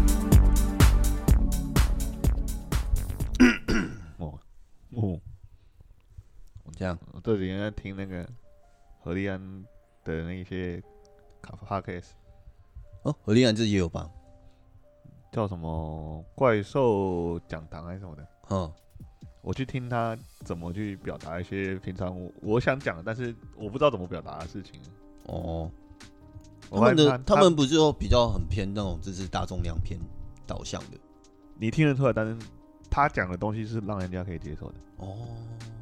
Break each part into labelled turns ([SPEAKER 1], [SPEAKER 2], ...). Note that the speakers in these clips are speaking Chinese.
[SPEAKER 1] 嗯这几天在听那个何立安的那些卡 podcast，
[SPEAKER 2] 哦，何立安自己也有吧？
[SPEAKER 1] 叫什么怪兽讲堂还是什么的，
[SPEAKER 2] 嗯，
[SPEAKER 1] 我去听他怎么去表达一些平常我我想讲的，但是我不知道怎么表达的事情。
[SPEAKER 2] 哦，
[SPEAKER 1] 我
[SPEAKER 2] 他们
[SPEAKER 1] 发
[SPEAKER 2] 的
[SPEAKER 1] 现
[SPEAKER 2] 他们不是说比较很偏那种就是大众量偏导向的
[SPEAKER 1] 你听得出来，但是他讲的东西是让人家可以接受的，
[SPEAKER 2] 哦，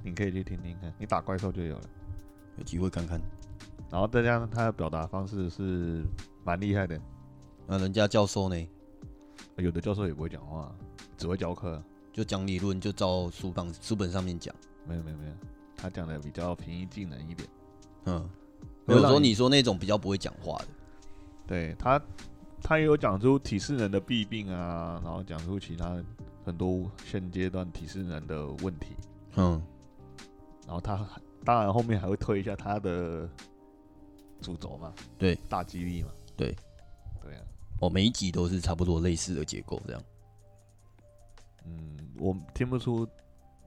[SPEAKER 1] 你可以去听听看，你打怪兽就有了。
[SPEAKER 2] 有机会看看。
[SPEAKER 1] 然后再加上他的表达方式是蛮厉害的，
[SPEAKER 2] 那人家教授呢，
[SPEAKER 1] 有的教授也不会讲话，只会教课。啊
[SPEAKER 2] 就讲理论，就照书本书本上面讲。
[SPEAKER 1] 没有没有没有，他讲的比较平易近人一点。
[SPEAKER 2] 嗯，
[SPEAKER 1] 会
[SPEAKER 2] 有时
[SPEAKER 1] 让
[SPEAKER 2] 候你说那种比较不会讲话的，
[SPEAKER 1] 对他，他也有讲出体适能的弊病啊，然后讲出其他很多现阶段体适能的问题。
[SPEAKER 2] 嗯，
[SPEAKER 1] 然后他当然后面还会推一下他的主轴嘛，
[SPEAKER 2] 对，
[SPEAKER 1] 大激励嘛，
[SPEAKER 2] 对，
[SPEAKER 1] 对啊，
[SPEAKER 2] 哦，每一集都是差不多类似的结构这样。
[SPEAKER 1] 嗯，我听不出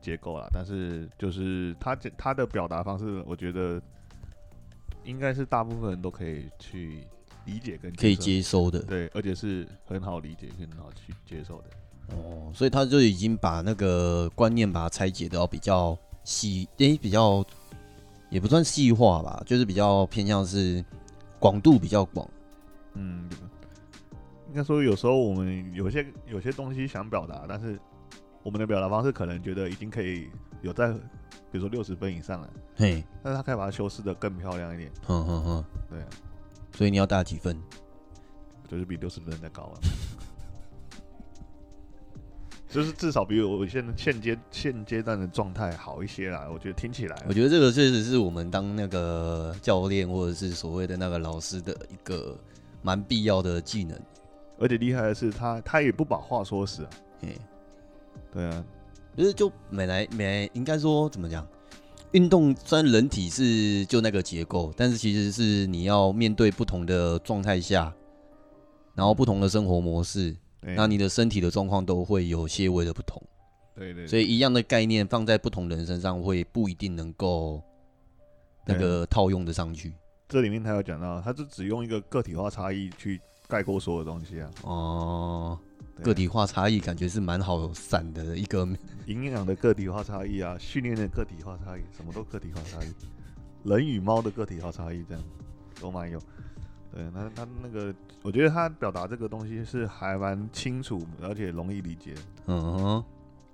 [SPEAKER 1] 结构啦，但是就是他这他的表达方式，我觉得应该是大部分人都可以去理解跟
[SPEAKER 2] 可以
[SPEAKER 1] 受，
[SPEAKER 2] 接收的
[SPEAKER 1] 对，而且是很好理解、很好去接受的。
[SPEAKER 2] 哦，所以他就已经把那个观念把它拆解到比较细，诶、比较也不算细化吧，就是比较偏向是广度比较广，
[SPEAKER 1] 嗯，应该说有时候我们有些有些东西想表达，但是我们的表达方式可能觉得已经可以有在，比如说六十分以上了，
[SPEAKER 2] 嘿，
[SPEAKER 1] 但是他可以把它修饰的更漂亮一点，
[SPEAKER 2] 哼哼哼，
[SPEAKER 1] 对啊，
[SPEAKER 2] 所以你要打几分？
[SPEAKER 1] 就是比六十分再高啊了。 就是至少比我现现阶现阶段的状态好一些啦，我觉得听起来
[SPEAKER 2] 我觉得这个确实是我们当那个教练或者是所谓的那个老师的一个蛮必要的技能，
[SPEAKER 1] 而且厉害的是他他也不把话说死啊，
[SPEAKER 2] 嘿，
[SPEAKER 1] 对啊，
[SPEAKER 2] 就是就本来本来应该说怎么讲，运动虽然人体是就那个结构，但是其实是你要面对不同的状态下，然后不同的生活模式，
[SPEAKER 1] 对
[SPEAKER 2] 那你的身体的状况都会有些微的不同，
[SPEAKER 1] 对对，
[SPEAKER 2] 所以一样的概念放在不同人身上会不一定能够那个套用的上去
[SPEAKER 1] 这里面他有讲到，他就只用一个个体化差异去概括所有东西啊，
[SPEAKER 2] 哦。
[SPEAKER 1] 对啊
[SPEAKER 2] 个体化差异感觉是蛮好散的一个，
[SPEAKER 1] 营养的个体化差异啊，训练的个体化差异，什么都个体化差异，人与猫的个体化差异，这样都蛮有。对，那他那个，我觉得他表达这个东西是还蛮清楚，而且容易理解。
[SPEAKER 2] 嗯哼，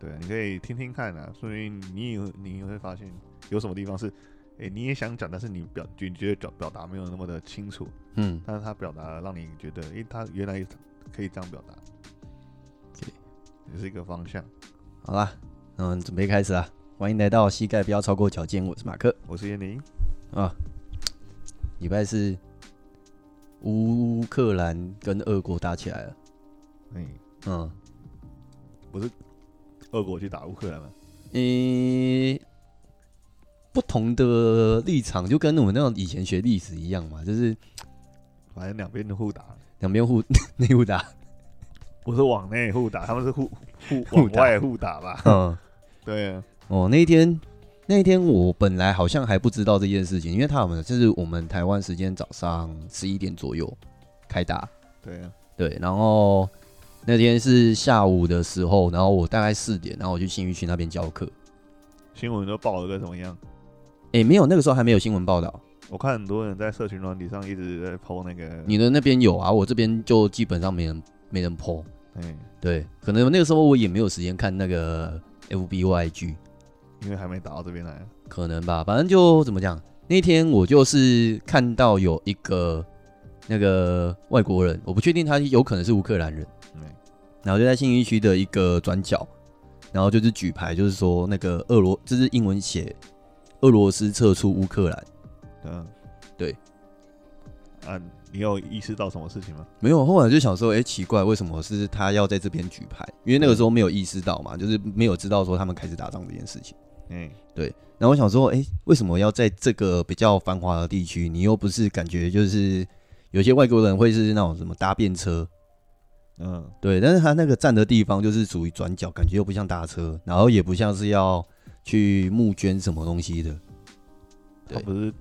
[SPEAKER 1] 对，你可以听听看啊，说明你也会你也会发现有什么地方是，哎、你也想讲，但是你表你觉得表表达没有那么的清楚，
[SPEAKER 2] 嗯，
[SPEAKER 1] 但是他表达让你觉得，哎、他原来可以这样表达
[SPEAKER 2] OK
[SPEAKER 1] 也是一个方向。
[SPEAKER 2] 好啦，嗯，准备开始啦！欢迎来到膝盖不要超过脚尖，我是马克
[SPEAKER 1] 我是燕宁，
[SPEAKER 2] 啊。礼拜四，乌克兰跟俄国打起来了，
[SPEAKER 1] 哎、
[SPEAKER 2] 嗯，
[SPEAKER 1] 俄国去打乌克兰吗？
[SPEAKER 2] 诶、不同的立场就跟我们那种以前学历史一样嘛，就是
[SPEAKER 1] 反正两边都互打，
[SPEAKER 2] 两边互 内互打，
[SPEAKER 1] 不是往内互打，他们是互 互
[SPEAKER 2] 互
[SPEAKER 1] 往
[SPEAKER 2] 打
[SPEAKER 1] 外互打吧？
[SPEAKER 2] 嗯。
[SPEAKER 1] 对啊，
[SPEAKER 2] 哦，那一天，那一天我本来好像还不知道这件事情，因为他们就是我们台湾时间早上十一点左右开打，
[SPEAKER 1] 对啊，
[SPEAKER 2] 对，然后那天是下午的时候，然后我大概四点，然后我去新余区那边教课。
[SPEAKER 1] 新闻都报的跟什么样？
[SPEAKER 2] 诶，没有，那个时候还没有新闻报道。
[SPEAKER 1] 我看很多人在社群软体上一直在 PO 那个，
[SPEAKER 2] 你的那边有啊，我这边就基本上没人没人 PO。
[SPEAKER 1] 哎、
[SPEAKER 2] 对，可能那个时候我也没有时间看那个 FBYG，
[SPEAKER 1] 因为还没打到这边来啊，
[SPEAKER 2] 可能吧。反正就怎么讲，那天我就是看到有一个那个外国人，我不确定他有可能是乌克兰人。
[SPEAKER 1] 哎、
[SPEAKER 2] 然后就在信义区的一个转角，然后就是举牌，就是说那个俄罗，就是英文写俄罗斯撤出乌克兰。
[SPEAKER 1] 嗯，
[SPEAKER 2] 对，
[SPEAKER 1] 啊，你有意识到什么事情吗？
[SPEAKER 2] 没有，后来就想说，哎、奇怪，为什么是他要在这边举牌？因为那个时候没有意识到嘛，就是没有知道说他们开始打仗这件事情。
[SPEAKER 1] 哎、
[SPEAKER 2] 然后我想说，哎、为什么要在这个比较繁华的地区？你又不是感觉就是有些外国人会是那种什么搭便车，
[SPEAKER 1] 嗯，
[SPEAKER 2] 对，但是他那个站的地方就是属于转角，感觉又不像搭车，然后也不像是要去募捐什么东西的，
[SPEAKER 1] 他
[SPEAKER 2] 对
[SPEAKER 1] 不是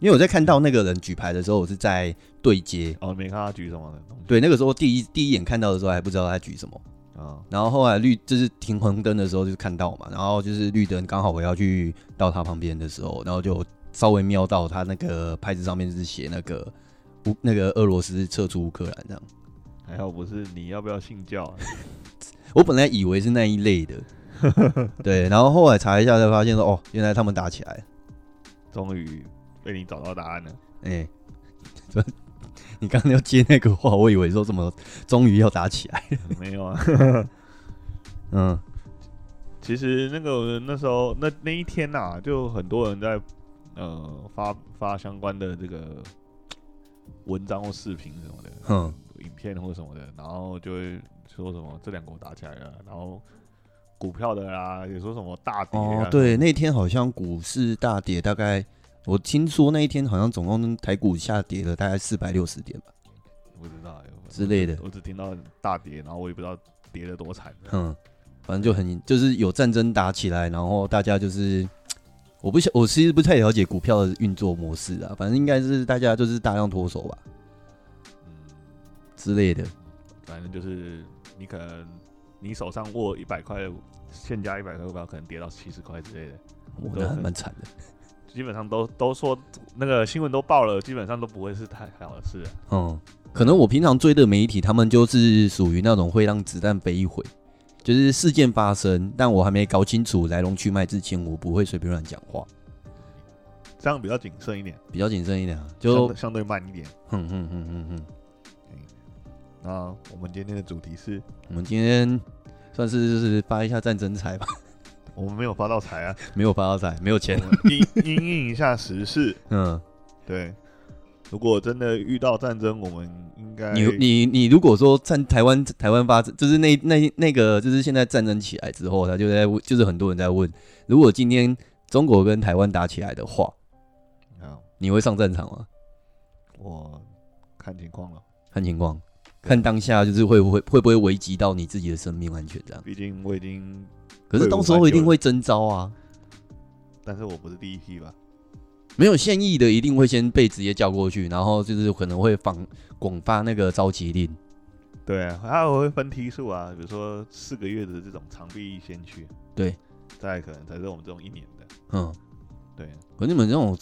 [SPEAKER 2] 因为我在看到那个人举牌的时候，我是在对接，
[SPEAKER 1] 哦，没看他举什么的东西。
[SPEAKER 2] 对，那个时候第一第一眼看到的时候还不知道他举什么，
[SPEAKER 1] 啊，
[SPEAKER 2] 然后后来绿就是停红灯的时候就看到嘛，然后就是绿灯刚好我要去到他旁边的时候，然后就稍微瞄到他那个牌子上面是写那个乌那个俄罗斯撤出乌克兰这样，
[SPEAKER 1] 还好不是你要不要信教啊？
[SPEAKER 2] 我本来以为是那一类的，对，然后后来查一下才发现说哦，原来他们打起来了，
[SPEAKER 1] 终于被你找到答案了。
[SPEAKER 2] 哎、 怎么你刚刚要接那个话，我以为说怎么终于要打起来，
[SPEAKER 1] 没有啊，
[SPEAKER 2] 嗯，
[SPEAKER 1] 其实那个那时候那那一天呐、就很多人在呃发发相关的这个文章或视频什么的，
[SPEAKER 2] 哼，
[SPEAKER 1] 影片或什么的，然后就会说什么这两国打起来了，然后股票的啦，也说什么大跌啊、
[SPEAKER 2] 哦，对，那天好像股市大跌，大概我听说那一天好像总共台股下跌了大概四百六十点吧
[SPEAKER 1] 不知道哎
[SPEAKER 2] 之类的
[SPEAKER 1] 我，我只听到大跌，然后我也不知道跌得多惨。
[SPEAKER 2] 哼，反正就很就是有战争打起来，然后大家就是。我不晓，我其实不太了解股票的运作模式啊，反正应该是大家就是大量脱手吧
[SPEAKER 1] 嗯，
[SPEAKER 2] 之类的。
[SPEAKER 1] 反正就是你可能你手上握一百块，现价一百块股票，可能跌到七十块之类的，
[SPEAKER 2] 我那还蛮惨的，
[SPEAKER 1] 基本上都都说那个新闻都报了，基本上都不会是太好的事啊、
[SPEAKER 2] 嗯，可能我平常追的媒体，他们就是属于那种会让子弹飞一回，就是事件发生，但我还没搞清楚来龙去脉之前，我不会随便乱讲话。
[SPEAKER 1] 这样比较谨慎一点，
[SPEAKER 2] 比较谨慎一点啊，
[SPEAKER 1] 相
[SPEAKER 2] 就
[SPEAKER 1] 对相对慢一点。
[SPEAKER 2] 哼哼哼哼哼。
[SPEAKER 1] 那我们今天的主题是
[SPEAKER 2] 我们今天算是就是发一下战争财吧，
[SPEAKER 1] 我们没有发到财啊，
[SPEAKER 2] 没有发到财，没有钱
[SPEAKER 1] 我。们因因应一下时事。
[SPEAKER 2] 嗯，
[SPEAKER 1] 对，如果真的遇到战争，我们应该
[SPEAKER 2] 你你你如果说战台湾台湾发就是那那那个就是现在战争起来之后，他就在问就是很多人在问，如果今天中国跟台湾打起来的话，
[SPEAKER 1] 啊，
[SPEAKER 2] 你会上战场吗？
[SPEAKER 1] 我看情况了。
[SPEAKER 2] 看情况，
[SPEAKER 1] 啊
[SPEAKER 2] 看当下就是会不会会不会危及到你自己的生命安全这样。
[SPEAKER 1] 毕竟我已经，
[SPEAKER 2] 可是到时候一定会征召啊，
[SPEAKER 1] 但是我不是第一批吧？
[SPEAKER 2] 没有现役的一定会先被直接叫过去，然后就是可能会放广发那个召集令。
[SPEAKER 1] 对啊，还有会分梯数啊，比如说四个月的这种长臂先去，
[SPEAKER 2] 对，
[SPEAKER 1] 再来可能才是我们这种一年的，
[SPEAKER 2] 嗯，
[SPEAKER 1] 对，
[SPEAKER 2] 可是你们这种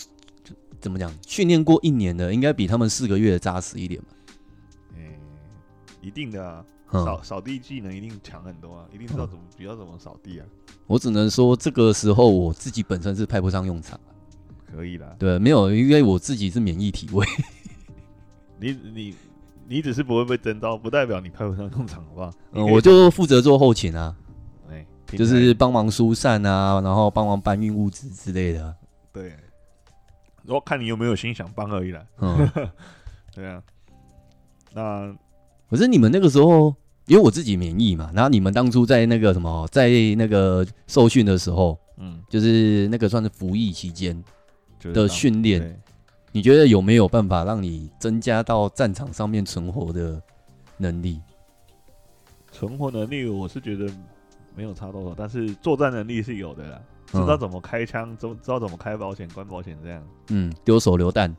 [SPEAKER 2] 就怎么讲，训练过一年的，应该比他们四个月的扎实一点吧？
[SPEAKER 1] 嗯，一定的啊，
[SPEAKER 2] 嗯，
[SPEAKER 1] 扫扫地技能一定强很多啊，一定知道 怎么比较怎么扫地啊，
[SPEAKER 2] 我只能说这个时候我自己本身是派不上用场，
[SPEAKER 1] 可以啦，
[SPEAKER 2] 对，没有，因为我自己是免疫体位，
[SPEAKER 1] 你你你只是不会被征召，不代表你派不上用场，好不好？
[SPEAKER 2] 嗯，
[SPEAKER 1] 你可以
[SPEAKER 2] 我就负责做后勤啊，
[SPEAKER 1] 哎，平
[SPEAKER 2] 就
[SPEAKER 1] 台
[SPEAKER 2] 是帮忙疏散啊，然后帮忙搬运物资之类的啊，
[SPEAKER 1] 对，然后看你有没有心想帮而已啦。
[SPEAKER 2] 嗯。
[SPEAKER 1] 对啊，那
[SPEAKER 2] 可是你们那个时候，因为我自己免疫嘛，然后你们当初在那个什么，在那个受训的时候，
[SPEAKER 1] 嗯，
[SPEAKER 2] 就是那个算是服役期间
[SPEAKER 1] 就是
[SPEAKER 2] 的
[SPEAKER 1] 当
[SPEAKER 2] 训练，
[SPEAKER 1] 对
[SPEAKER 2] 你觉得有没有办法让你增加到战场上面存活的能力？
[SPEAKER 1] 存活能力，我是觉得没有差多少，但是作战能力是有的啦，知
[SPEAKER 2] 嗯
[SPEAKER 1] 道怎么开枪，知知道怎么开保险、关保险这样。
[SPEAKER 2] 嗯，丢手榴弹，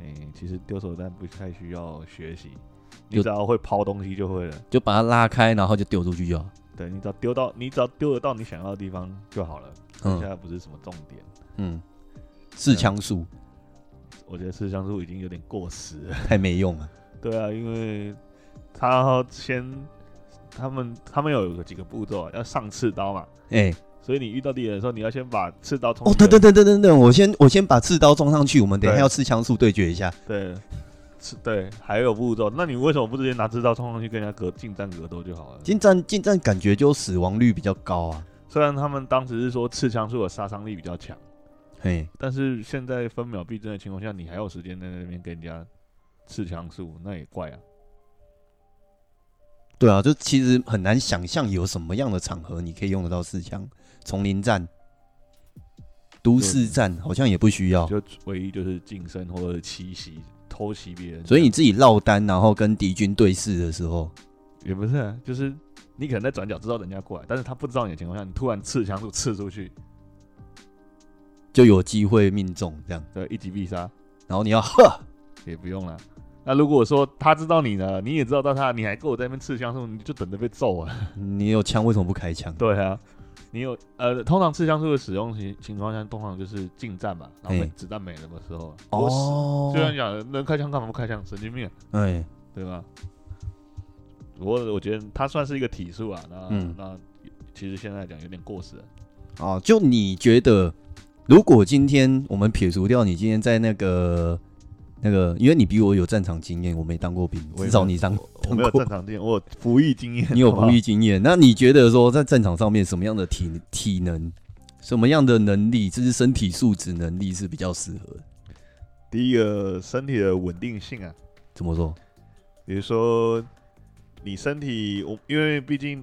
[SPEAKER 1] 哎、其实丢手弹不太需要学习，你
[SPEAKER 2] 就
[SPEAKER 1] 只要会抛东西就会了。
[SPEAKER 2] 就把它拉开，然后就丢出去就 好。
[SPEAKER 1] 对你只要丢到，你只要丢得到你想要的地方就好了。剩
[SPEAKER 2] 嗯
[SPEAKER 1] 下不是什么重点，
[SPEAKER 2] 嗯，试枪术
[SPEAKER 1] 我觉得四枪术已经有点过时了。
[SPEAKER 2] 太没用了。
[SPEAKER 1] 对啊，因为他先他们他们有几个步骤啊，要上刺刀嘛，
[SPEAKER 2] 哎、
[SPEAKER 1] 所以你遇到敌人的时候，你要先把刺刀从
[SPEAKER 2] 哦，
[SPEAKER 1] 你
[SPEAKER 2] 等
[SPEAKER 1] 的
[SPEAKER 2] 等等等等等，我先我先把刺刀装上去，我们等一下
[SPEAKER 1] 对
[SPEAKER 2] 要刺枪术对决一下。
[SPEAKER 1] 对刺对，还有步骤，那你为什么不直接拿刺刀冲上去跟人家格近战格斗就好了？
[SPEAKER 2] 近战近战感觉就死亡率比较高啊。
[SPEAKER 1] 虽然他们当时是说刺枪术的杀伤力比较强，
[SPEAKER 2] 嘿，
[SPEAKER 1] 但是现在分秒必争的情况下，你还有时间在那边跟人家刺枪术，那也怪啊。
[SPEAKER 2] 对啊，就其实很难想象有什么样的场合你可以用得到四枪。丛林战、都市战好像也不需要，
[SPEAKER 1] 就唯一就是近身或者奇袭、偷袭别人，
[SPEAKER 2] 所以你自己落单，然后跟敌军对视的时候，
[SPEAKER 1] 也不是、啊，就是你可能在转角知道人家过来，但是他不知道你的情况下，你突然刺枪术刺出去，
[SPEAKER 2] 就有机会命中这样。
[SPEAKER 1] 对，一击必杀
[SPEAKER 2] 然后你要 呵，
[SPEAKER 1] 也不用了。那如果说他知道你呢，你也知道到他，你还跟我在那边刺香树，你就等着被揍啊！
[SPEAKER 2] 你有枪为什么不开枪？
[SPEAKER 1] 对啊，你有呃，通常刺香树的使用情情况下，通常就是近战嘛，然后
[SPEAKER 2] 嘿
[SPEAKER 1] 没子弹没了的时候啊。我死，
[SPEAKER 2] 哦
[SPEAKER 1] 就，像讲的能开枪干嘛不开枪，神经病啊，
[SPEAKER 2] 哎，
[SPEAKER 1] 对吧？我我觉得他算是一个体术啊，那、
[SPEAKER 2] 嗯
[SPEAKER 1] 那其实现在讲有点过时了。
[SPEAKER 2] 哦，就你觉得，如果今天我们撇除掉你今天在那个那个，因为你比我有战场经验，我没当过兵，
[SPEAKER 1] 我也没有
[SPEAKER 2] 至少你当，
[SPEAKER 1] 我没有战场经验，我有服役经 验，
[SPEAKER 2] 你有
[SPEAKER 1] 好不好
[SPEAKER 2] 服役经验。那你觉得说在战场上面什么样的体体能，什么样的能力，这是身体素质能力是比较适合的？
[SPEAKER 1] 第一个身体的稳定性啊，
[SPEAKER 2] 怎么说？
[SPEAKER 1] 比如说你身体，我因为毕竟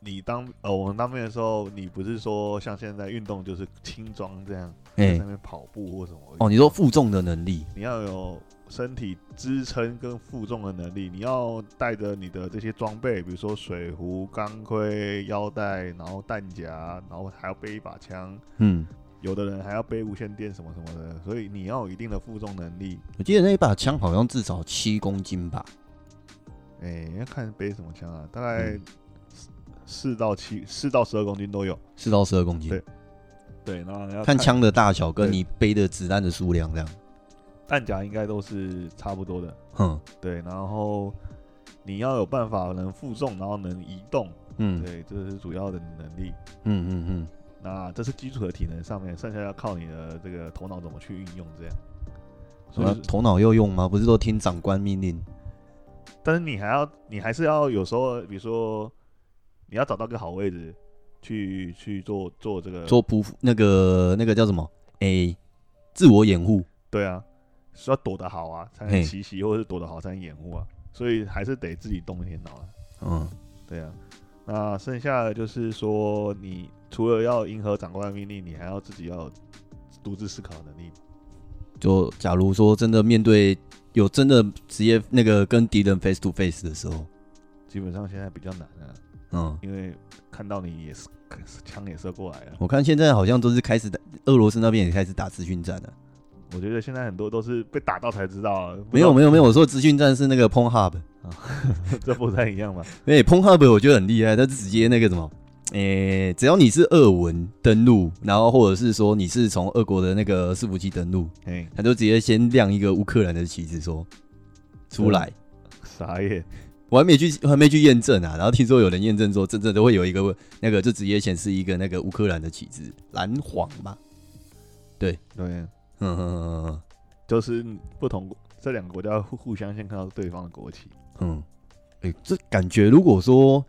[SPEAKER 1] 你当呃我们当兵的时候，你不是说像现在运动就是轻装这样，
[SPEAKER 2] 哎、
[SPEAKER 1] 在那边跑步或什么。
[SPEAKER 2] 哦，你说负重的能力，
[SPEAKER 1] 你要有身体支撑跟负重的能力，你要带着你的这些装备，比如说水壶、钢盔、腰带，然后弹夹，然后还要背一把枪，
[SPEAKER 2] 嗯，
[SPEAKER 1] 有的人还要背无线电什么什么的，所以你要有一定的负重能力。
[SPEAKER 2] 我记得那一把枪好像至少七公斤吧。
[SPEAKER 1] 哎、要看背什么枪啊，大概
[SPEAKER 2] 嗯
[SPEAKER 1] 四四到七、四到十二公斤都有。
[SPEAKER 2] 四到十二公斤，
[SPEAKER 1] 对对，然后要
[SPEAKER 2] 看枪的大小跟
[SPEAKER 1] 对
[SPEAKER 2] 你背的子弹的数量这样。
[SPEAKER 1] 弹夹应该都是差不多的。
[SPEAKER 2] 哼，
[SPEAKER 1] 对，然后你要有办法能负重，然后能移动，
[SPEAKER 2] 嗯
[SPEAKER 1] 对，这是主要的能力。
[SPEAKER 2] 嗯嗯嗯，
[SPEAKER 1] 那这是基础的体能上面，剩下要靠你的这个头脑怎么去运用这样。所
[SPEAKER 2] 那
[SPEAKER 1] 以是，嗯
[SPEAKER 2] 头脑要用吗？不是都听长官命令？
[SPEAKER 1] 但是你还要，你还是要有时候，比如说你要找到个好位置去去做做这个，
[SPEAKER 2] 做匍匐那个那个叫什么？诶、自我掩护。
[SPEAKER 1] 对啊，是要躲得好啊，才
[SPEAKER 2] 嘿
[SPEAKER 1] 能奇袭，或者是躲得好才能掩护啊，所以还是得自己动一点脑啊，
[SPEAKER 2] 嗯，
[SPEAKER 1] 对啊。那剩下的就是说，你除了要迎合长官的命令，你还要自己要有独自思考的能力。
[SPEAKER 2] 就假如说真的面对有真的职业那个跟敌人 face to face 的时候，
[SPEAKER 1] 基本上现在比较难啊，
[SPEAKER 2] 嗯，
[SPEAKER 1] 因为看到你也是枪也射过来啊了。
[SPEAKER 2] 我看现在好像都是开始打，俄罗斯那边也开始打资讯战了。
[SPEAKER 1] 我觉得现在很多都是被打到才知道啊，
[SPEAKER 2] 没有没
[SPEAKER 1] 有，
[SPEAKER 2] 有没有，我说资讯战是那个 p o n h u b
[SPEAKER 1] 这不太一样嘛。
[SPEAKER 2] 哎、p o n h u b 我觉得很厉害，它是直接那个什么，诶、只要你是俄文登录，然后或者是说你是从俄国的那个伺服器登录，
[SPEAKER 1] 哎，
[SPEAKER 2] 他就直接先亮一个乌克兰的旗帜说出来。
[SPEAKER 1] 傻眼，
[SPEAKER 2] 我还没去，我还没去验证啊。然后听说有人验证说，真正都会有一个那个，就直接显示一个那个乌克兰的旗帜，蓝黄吧。
[SPEAKER 1] 对，
[SPEAKER 2] 嗯嗯嗯嗯
[SPEAKER 1] 就是不同国这两个国家互互相先看到对方的国旗。
[SPEAKER 2] 嗯，哎、这感觉如果说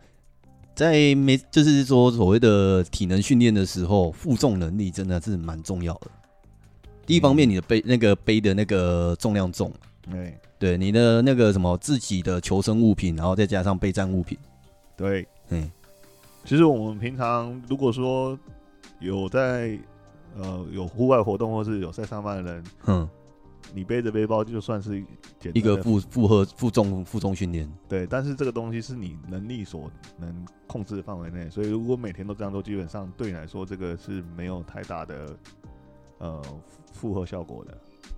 [SPEAKER 2] 在没，就是说所谓的体能训练的时候，负重能力真的是蛮重要的。第一方面，你的背那个背的那个重量重，
[SPEAKER 1] 哎，
[SPEAKER 2] 对你的那个什么自己的求生物品，然后再加上备战物品，
[SPEAKER 1] 对，
[SPEAKER 2] 嗯，
[SPEAKER 1] 其实我们平常如果说有在呃有户外活动或是有在上班的人，
[SPEAKER 2] 嗯，
[SPEAKER 1] 你背着背包就算是简单的
[SPEAKER 2] 一个负负荷负重负重训练，
[SPEAKER 1] 对，但是这个东西是你能力所能控制的范围内，所以如果每天都这样做，基本上对你来说这个是没有太大的呃负荷效果的。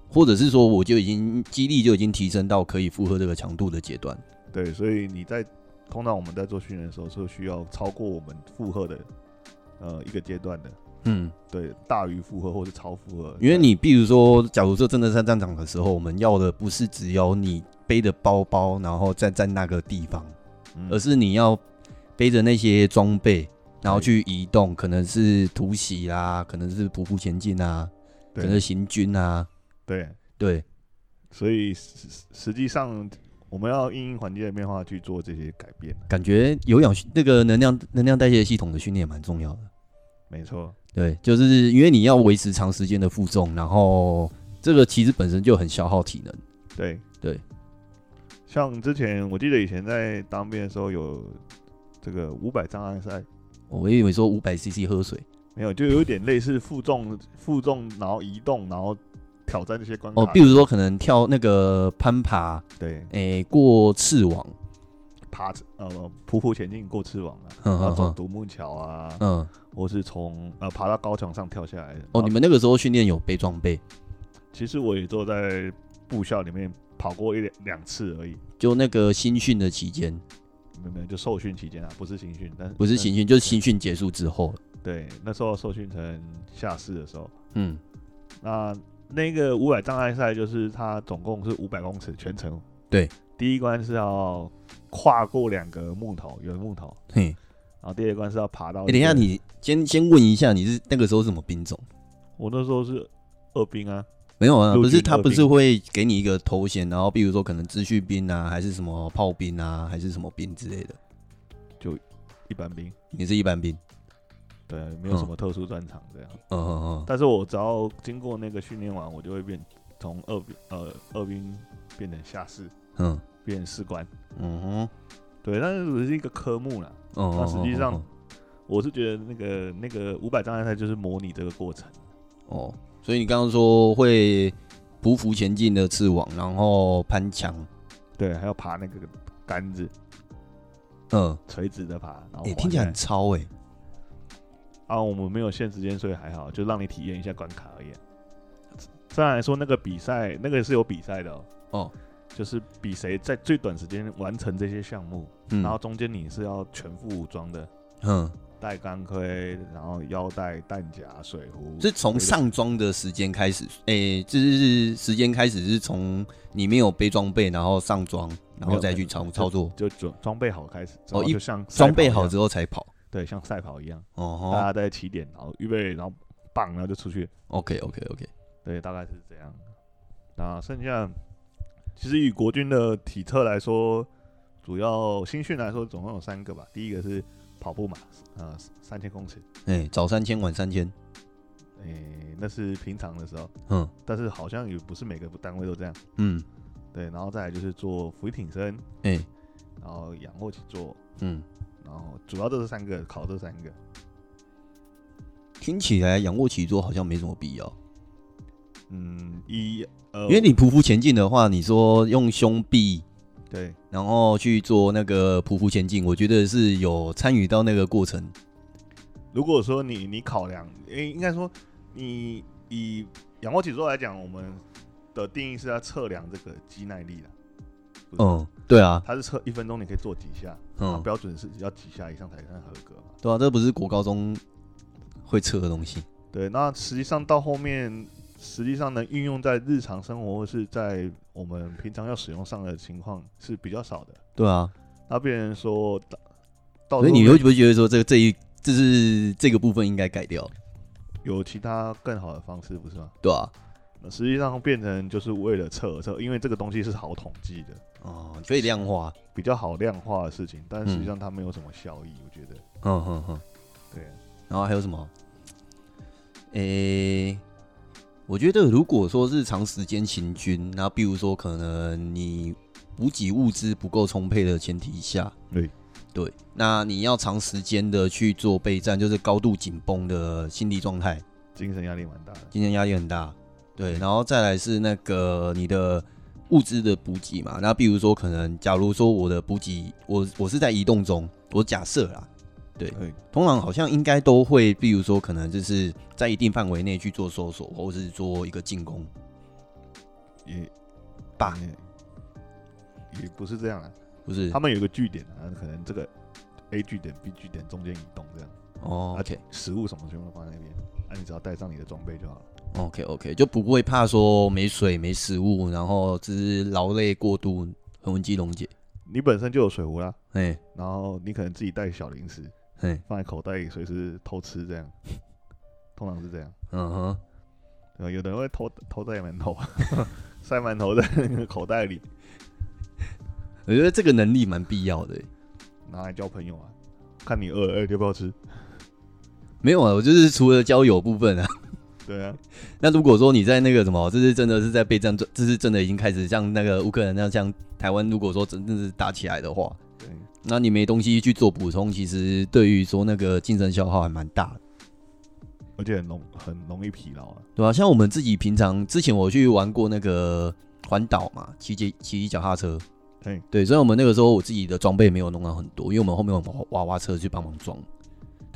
[SPEAKER 2] 或者是说我就已经肌力就已经提升到可以负荷这个强度的阶段。
[SPEAKER 1] 对，所以你在通常我们在做训练的时候是需要超过我们负荷的呃一个阶段的，
[SPEAKER 2] 嗯，
[SPEAKER 1] 对，大于负荷或是超负荷。
[SPEAKER 2] 因为你比如说，假如说真的在战场的时候，我们要的不是只有你背着包包，然后站在那个地方，
[SPEAKER 1] 嗯
[SPEAKER 2] 而是你要背着那些装备，然后
[SPEAKER 1] 对
[SPEAKER 2] 去移动，可能是突袭啦，可能是匍匐前进啊，可能是
[SPEAKER 1] 对
[SPEAKER 2] 行军啊，
[SPEAKER 1] 对，
[SPEAKER 2] 对，
[SPEAKER 1] 所以实实实际上我们要因应环境的变化去做这些改变。
[SPEAKER 2] 感觉有氧那个能量能量代谢系统的训练蛮重要的。
[SPEAKER 1] 没错，
[SPEAKER 2] 对，就是因为你要维持长时间的负重，然后这个其实本身就很消耗体能。
[SPEAKER 1] 对
[SPEAKER 2] 对。
[SPEAKER 1] 像之前我记得以前在当兵的时候有这个五百障碍赛，
[SPEAKER 2] 我以为说五百 CC 喝水
[SPEAKER 1] 没有，就有点类似负重负重，然后移动，然后挑战这些关卡。
[SPEAKER 2] 哦，比如说可能跳那个攀爬，
[SPEAKER 1] 对
[SPEAKER 2] 诶、过刺网，
[SPEAKER 1] 爬呃匍匐前进过翅膀啊，
[SPEAKER 2] 嗯
[SPEAKER 1] 然后走
[SPEAKER 2] 嗯
[SPEAKER 1] 独木桥啊，
[SPEAKER 2] 嗯，
[SPEAKER 1] 或是从呃爬到高墙上跳下来的。
[SPEAKER 2] 哦，你们那个时候训练有背装备，
[SPEAKER 1] 其实我也都在部校里面跑过一两两次而已，
[SPEAKER 2] 就那个新训的期间，
[SPEAKER 1] 没有没有，就受训期间啊，不是新训，但
[SPEAKER 2] 不是新
[SPEAKER 1] 嗯
[SPEAKER 2] 训，就是新训结束之后了。
[SPEAKER 1] 对，那时候受训成下士的时候，
[SPEAKER 2] 嗯，
[SPEAKER 1] 那那个五百障碍赛就是它总共是五百公尺全程，
[SPEAKER 2] 对，
[SPEAKER 1] 第一关是要跨过两个木头，圆木头，
[SPEAKER 2] 嘿，
[SPEAKER 1] 然后第二关是要爬到、
[SPEAKER 2] 哎、等一下，，你先先问一下，你是那个时候是什么兵种？
[SPEAKER 1] 我那时候是二兵啊，
[SPEAKER 2] 没有啊，
[SPEAKER 1] 陆
[SPEAKER 2] 不是
[SPEAKER 1] 军
[SPEAKER 2] 他
[SPEAKER 1] 二
[SPEAKER 2] 不是
[SPEAKER 1] 兵
[SPEAKER 2] 会给你一个头衔，然后比如说可能秩序兵啊，还是什么炮兵啊，还是什么兵之类的。
[SPEAKER 1] 一般兵，
[SPEAKER 2] 你是一般兵，
[SPEAKER 1] 对，没有什么特殊专长这样。
[SPEAKER 2] 嗯嗯嗯，
[SPEAKER 1] 但是我只要经过那个训练完，我就会变从二兵呃二兵变成下士，
[SPEAKER 2] 嗯
[SPEAKER 1] 变成士官。
[SPEAKER 2] 嗯哼，
[SPEAKER 1] 对，但是只是一个科目啦。
[SPEAKER 2] 哦，
[SPEAKER 1] 那实际上
[SPEAKER 2] 哦
[SPEAKER 1] 我是觉得那个那个五百障碍赛就是模拟这个过程，
[SPEAKER 2] 哦，哦所以你刚刚说会匍匐前进的刺网，然后攀墙，
[SPEAKER 1] 对，还要爬那个杆子，
[SPEAKER 2] 嗯，
[SPEAKER 1] 垂直的爬，然后
[SPEAKER 2] 哎、
[SPEAKER 1] 滑
[SPEAKER 2] 听起来
[SPEAKER 1] 下
[SPEAKER 2] 很超哎、
[SPEAKER 1] 啊，我们没有限时间，所以还好，就让你体验一下关卡而已啊、虽然来说，那个比赛那个是有比赛的哦，
[SPEAKER 2] 哦，
[SPEAKER 1] 就是比谁在最短时间完成这些项目，
[SPEAKER 2] 嗯，
[SPEAKER 1] 然后中间你是要全副武装的，
[SPEAKER 2] 嗯，
[SPEAKER 1] 戴钢盔，然后腰带、弹夹、水壶，
[SPEAKER 2] 是从上装的时间开始，哎、就是时间开始是从你没有背装备，然后上装，然后再去操
[SPEAKER 1] 没有
[SPEAKER 2] 操作，
[SPEAKER 1] 就装装备好开始，
[SPEAKER 2] 哦
[SPEAKER 1] 然后
[SPEAKER 2] 一
[SPEAKER 1] 就像赛
[SPEAKER 2] 装
[SPEAKER 1] 跑
[SPEAKER 2] 备
[SPEAKER 1] 一
[SPEAKER 2] 好
[SPEAKER 1] 样
[SPEAKER 2] 之后才跑。
[SPEAKER 1] 对，像赛跑一样，
[SPEAKER 2] 哦
[SPEAKER 1] 大
[SPEAKER 2] 吼
[SPEAKER 1] 家在起点，然后预备，然后棒，然后就出去，
[SPEAKER 2] ，OK OK OK，
[SPEAKER 1] 对，大概是这样。那剩下其实以国军的体测来说，主要新训来说总共有三个吧。第一个是跑步嘛，呃，三千公尺，
[SPEAKER 2] 哎、早三千晚三千，
[SPEAKER 1] 诶、那是平常的时候，
[SPEAKER 2] 嗯
[SPEAKER 1] 但是好像也不是每个单位都这样。
[SPEAKER 2] 嗯，
[SPEAKER 1] 对，然后再来就是做俯挺身，
[SPEAKER 2] 哎、
[SPEAKER 1] 然后仰卧起坐，
[SPEAKER 2] 嗯，
[SPEAKER 1] 然后主要这是三个，考这三个。
[SPEAKER 2] 听起来仰卧起坐好像没什么必要，
[SPEAKER 1] 嗯，一呃，
[SPEAKER 2] 因为你匍匐前进的话，你说用胸臂。
[SPEAKER 1] 对
[SPEAKER 2] 然后去做那个匍匐前进，我觉得是有参与到那个过程。
[SPEAKER 1] 如果说你你考量，诶，应该说你以呃仰卧起坐来哦讲，我们的定义是要测量这个肌耐力的。不是吗，
[SPEAKER 2] 嗯，对啊，
[SPEAKER 1] 它是测一分钟你可以做几下，啊
[SPEAKER 2] 嗯，
[SPEAKER 1] 标准是要几下以上才算合格嘛。
[SPEAKER 2] 对啊，这不是国高中会测的东西。
[SPEAKER 1] 对，那实际上到后面，实际上能运用在日常生活或是在我们平常要使用上的情况是比较少的。
[SPEAKER 2] 对啊，
[SPEAKER 1] 那别人说到，到
[SPEAKER 2] 所以你
[SPEAKER 1] 时候
[SPEAKER 2] 会不会觉得说这这一这是这个部分应该改掉，
[SPEAKER 1] 有其他更好的方式，不是吗？
[SPEAKER 2] 对啊？
[SPEAKER 1] 那实际上变成就是为了测而测，因为这个东西是好统计的。
[SPEAKER 2] 哦，可以量化。
[SPEAKER 1] 比较好量化的事情，但实
[SPEAKER 2] 嗯
[SPEAKER 1] 际上它没有什么效益，我觉得。
[SPEAKER 2] 嗯哼哼。
[SPEAKER 1] 对，啊
[SPEAKER 2] 然后还有什么？诶、我觉得如果说是长时间行军，那比如说可能你补给物资不够充沛的前提下，
[SPEAKER 1] 对
[SPEAKER 2] 对，那你要长时间的去做备战，就是高度紧绷的心理状态，
[SPEAKER 1] 精神压力蛮大的。
[SPEAKER 2] 今天压力很大，对，然后再来是那个你的物资的补给嘛，那比如说可能假如说我的补给，我我是在移动中，我假设啦，
[SPEAKER 1] 对，
[SPEAKER 2] 通常好像应该都会，比如说可能就是在一定范围内去做搜索，或者是做一个进攻
[SPEAKER 1] 也
[SPEAKER 2] 吧，
[SPEAKER 1] 也也不是这样啊。
[SPEAKER 2] 不是？
[SPEAKER 1] 他们有一个据点啊，可能这个 A 据点、B 据点中间移动这样，
[SPEAKER 2] 哦
[SPEAKER 1] 而且
[SPEAKER 2] ，OK
[SPEAKER 1] 食物什么全部都放在那边，啊，你只要带上你的装备就好了。
[SPEAKER 2] OK OK，就不会怕说没水没食物，然后只是劳累过度，横纹肌溶解。
[SPEAKER 1] 你本身就有水壶啦，
[SPEAKER 2] 嘿，
[SPEAKER 1] 然后你可能自己带小零食
[SPEAKER 2] 嘿，
[SPEAKER 1] 放在口袋里，随时偷吃这样，通常是这样。
[SPEAKER 2] 嗯哼，
[SPEAKER 1] 呃，有的人会偷偷塞馒头， 塞馒头在那个口袋里，
[SPEAKER 2] 我觉得这个能力蛮必要的欸。
[SPEAKER 1] 拿来交朋友啊。看你饿了，哎、要不要吃？
[SPEAKER 2] 没有啊，我就是除了交友部分啊。
[SPEAKER 1] 对啊，
[SPEAKER 2] 那如果说你在那个什么，这是真的是在备战，这是真的已经开始像那个乌克兰那样，像台湾，如果说真的是打起来的话，
[SPEAKER 1] 对，
[SPEAKER 2] 那你没东西去做补充，其实对于说那个精神消耗还蛮大的，
[SPEAKER 1] 而且很容很容易疲劳啊。
[SPEAKER 2] 对吧、像我们自己平常之前我去玩过那个环岛嘛，骑骑骑脚踏车，
[SPEAKER 1] 嘿
[SPEAKER 2] 对，虽然我们那个时候我自己的装备没有弄到很多，因为我们后面有娃娃娃车去帮忙装。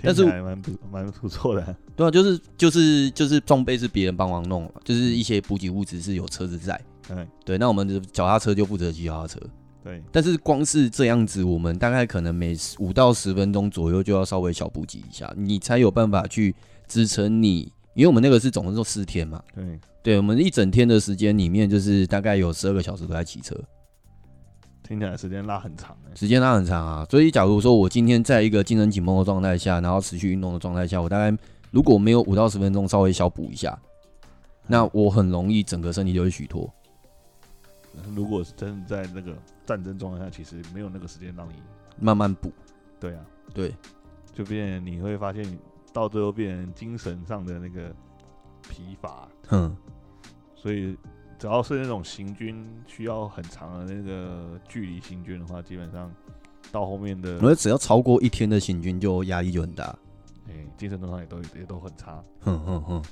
[SPEAKER 2] 但
[SPEAKER 1] 听
[SPEAKER 2] 是
[SPEAKER 1] 起来蛮不蛮不错的，
[SPEAKER 2] 对啊，就是就是就是装备是别人帮忙弄了，就是一些补给物资是有车子在。
[SPEAKER 1] 嗯，
[SPEAKER 2] 对，那我们的脚踏车就负责骑脚踏车，
[SPEAKER 1] 对，
[SPEAKER 2] 但是光是这样子，我们大概可能每五到十分钟左右就要稍微小补给一下，你才有办法去支撑你，因为我们那个是总共就四天嘛，
[SPEAKER 1] 对，
[SPEAKER 2] 对我们一整天的时间里面，就是大概有十二个小时都在骑车，
[SPEAKER 1] 听起来时间拉很长哎，
[SPEAKER 2] 时间拉很长啊。所以，假如说我今天在一个精神紧绷的状态下，然后持续运动的状态下，我大概如果没有五到十分钟稍微小补一下，那我很容易整个身体就会虚脱。
[SPEAKER 1] 如果是真的在那个战争状态下，其实没有那个时间让你，
[SPEAKER 2] 慢慢补，
[SPEAKER 1] 对啊，
[SPEAKER 2] 对，
[SPEAKER 1] 就变成你会发现你到最后变成精神上的那个疲乏，
[SPEAKER 2] 哼，
[SPEAKER 1] 所以只要是那种行军需要很长的那个距离行军的话，基本上到后面的
[SPEAKER 2] 我觉得只要超过一天的行军，就压力就很大。
[SPEAKER 1] 哎、精神状态也都也都很差，
[SPEAKER 2] 哼哼哼，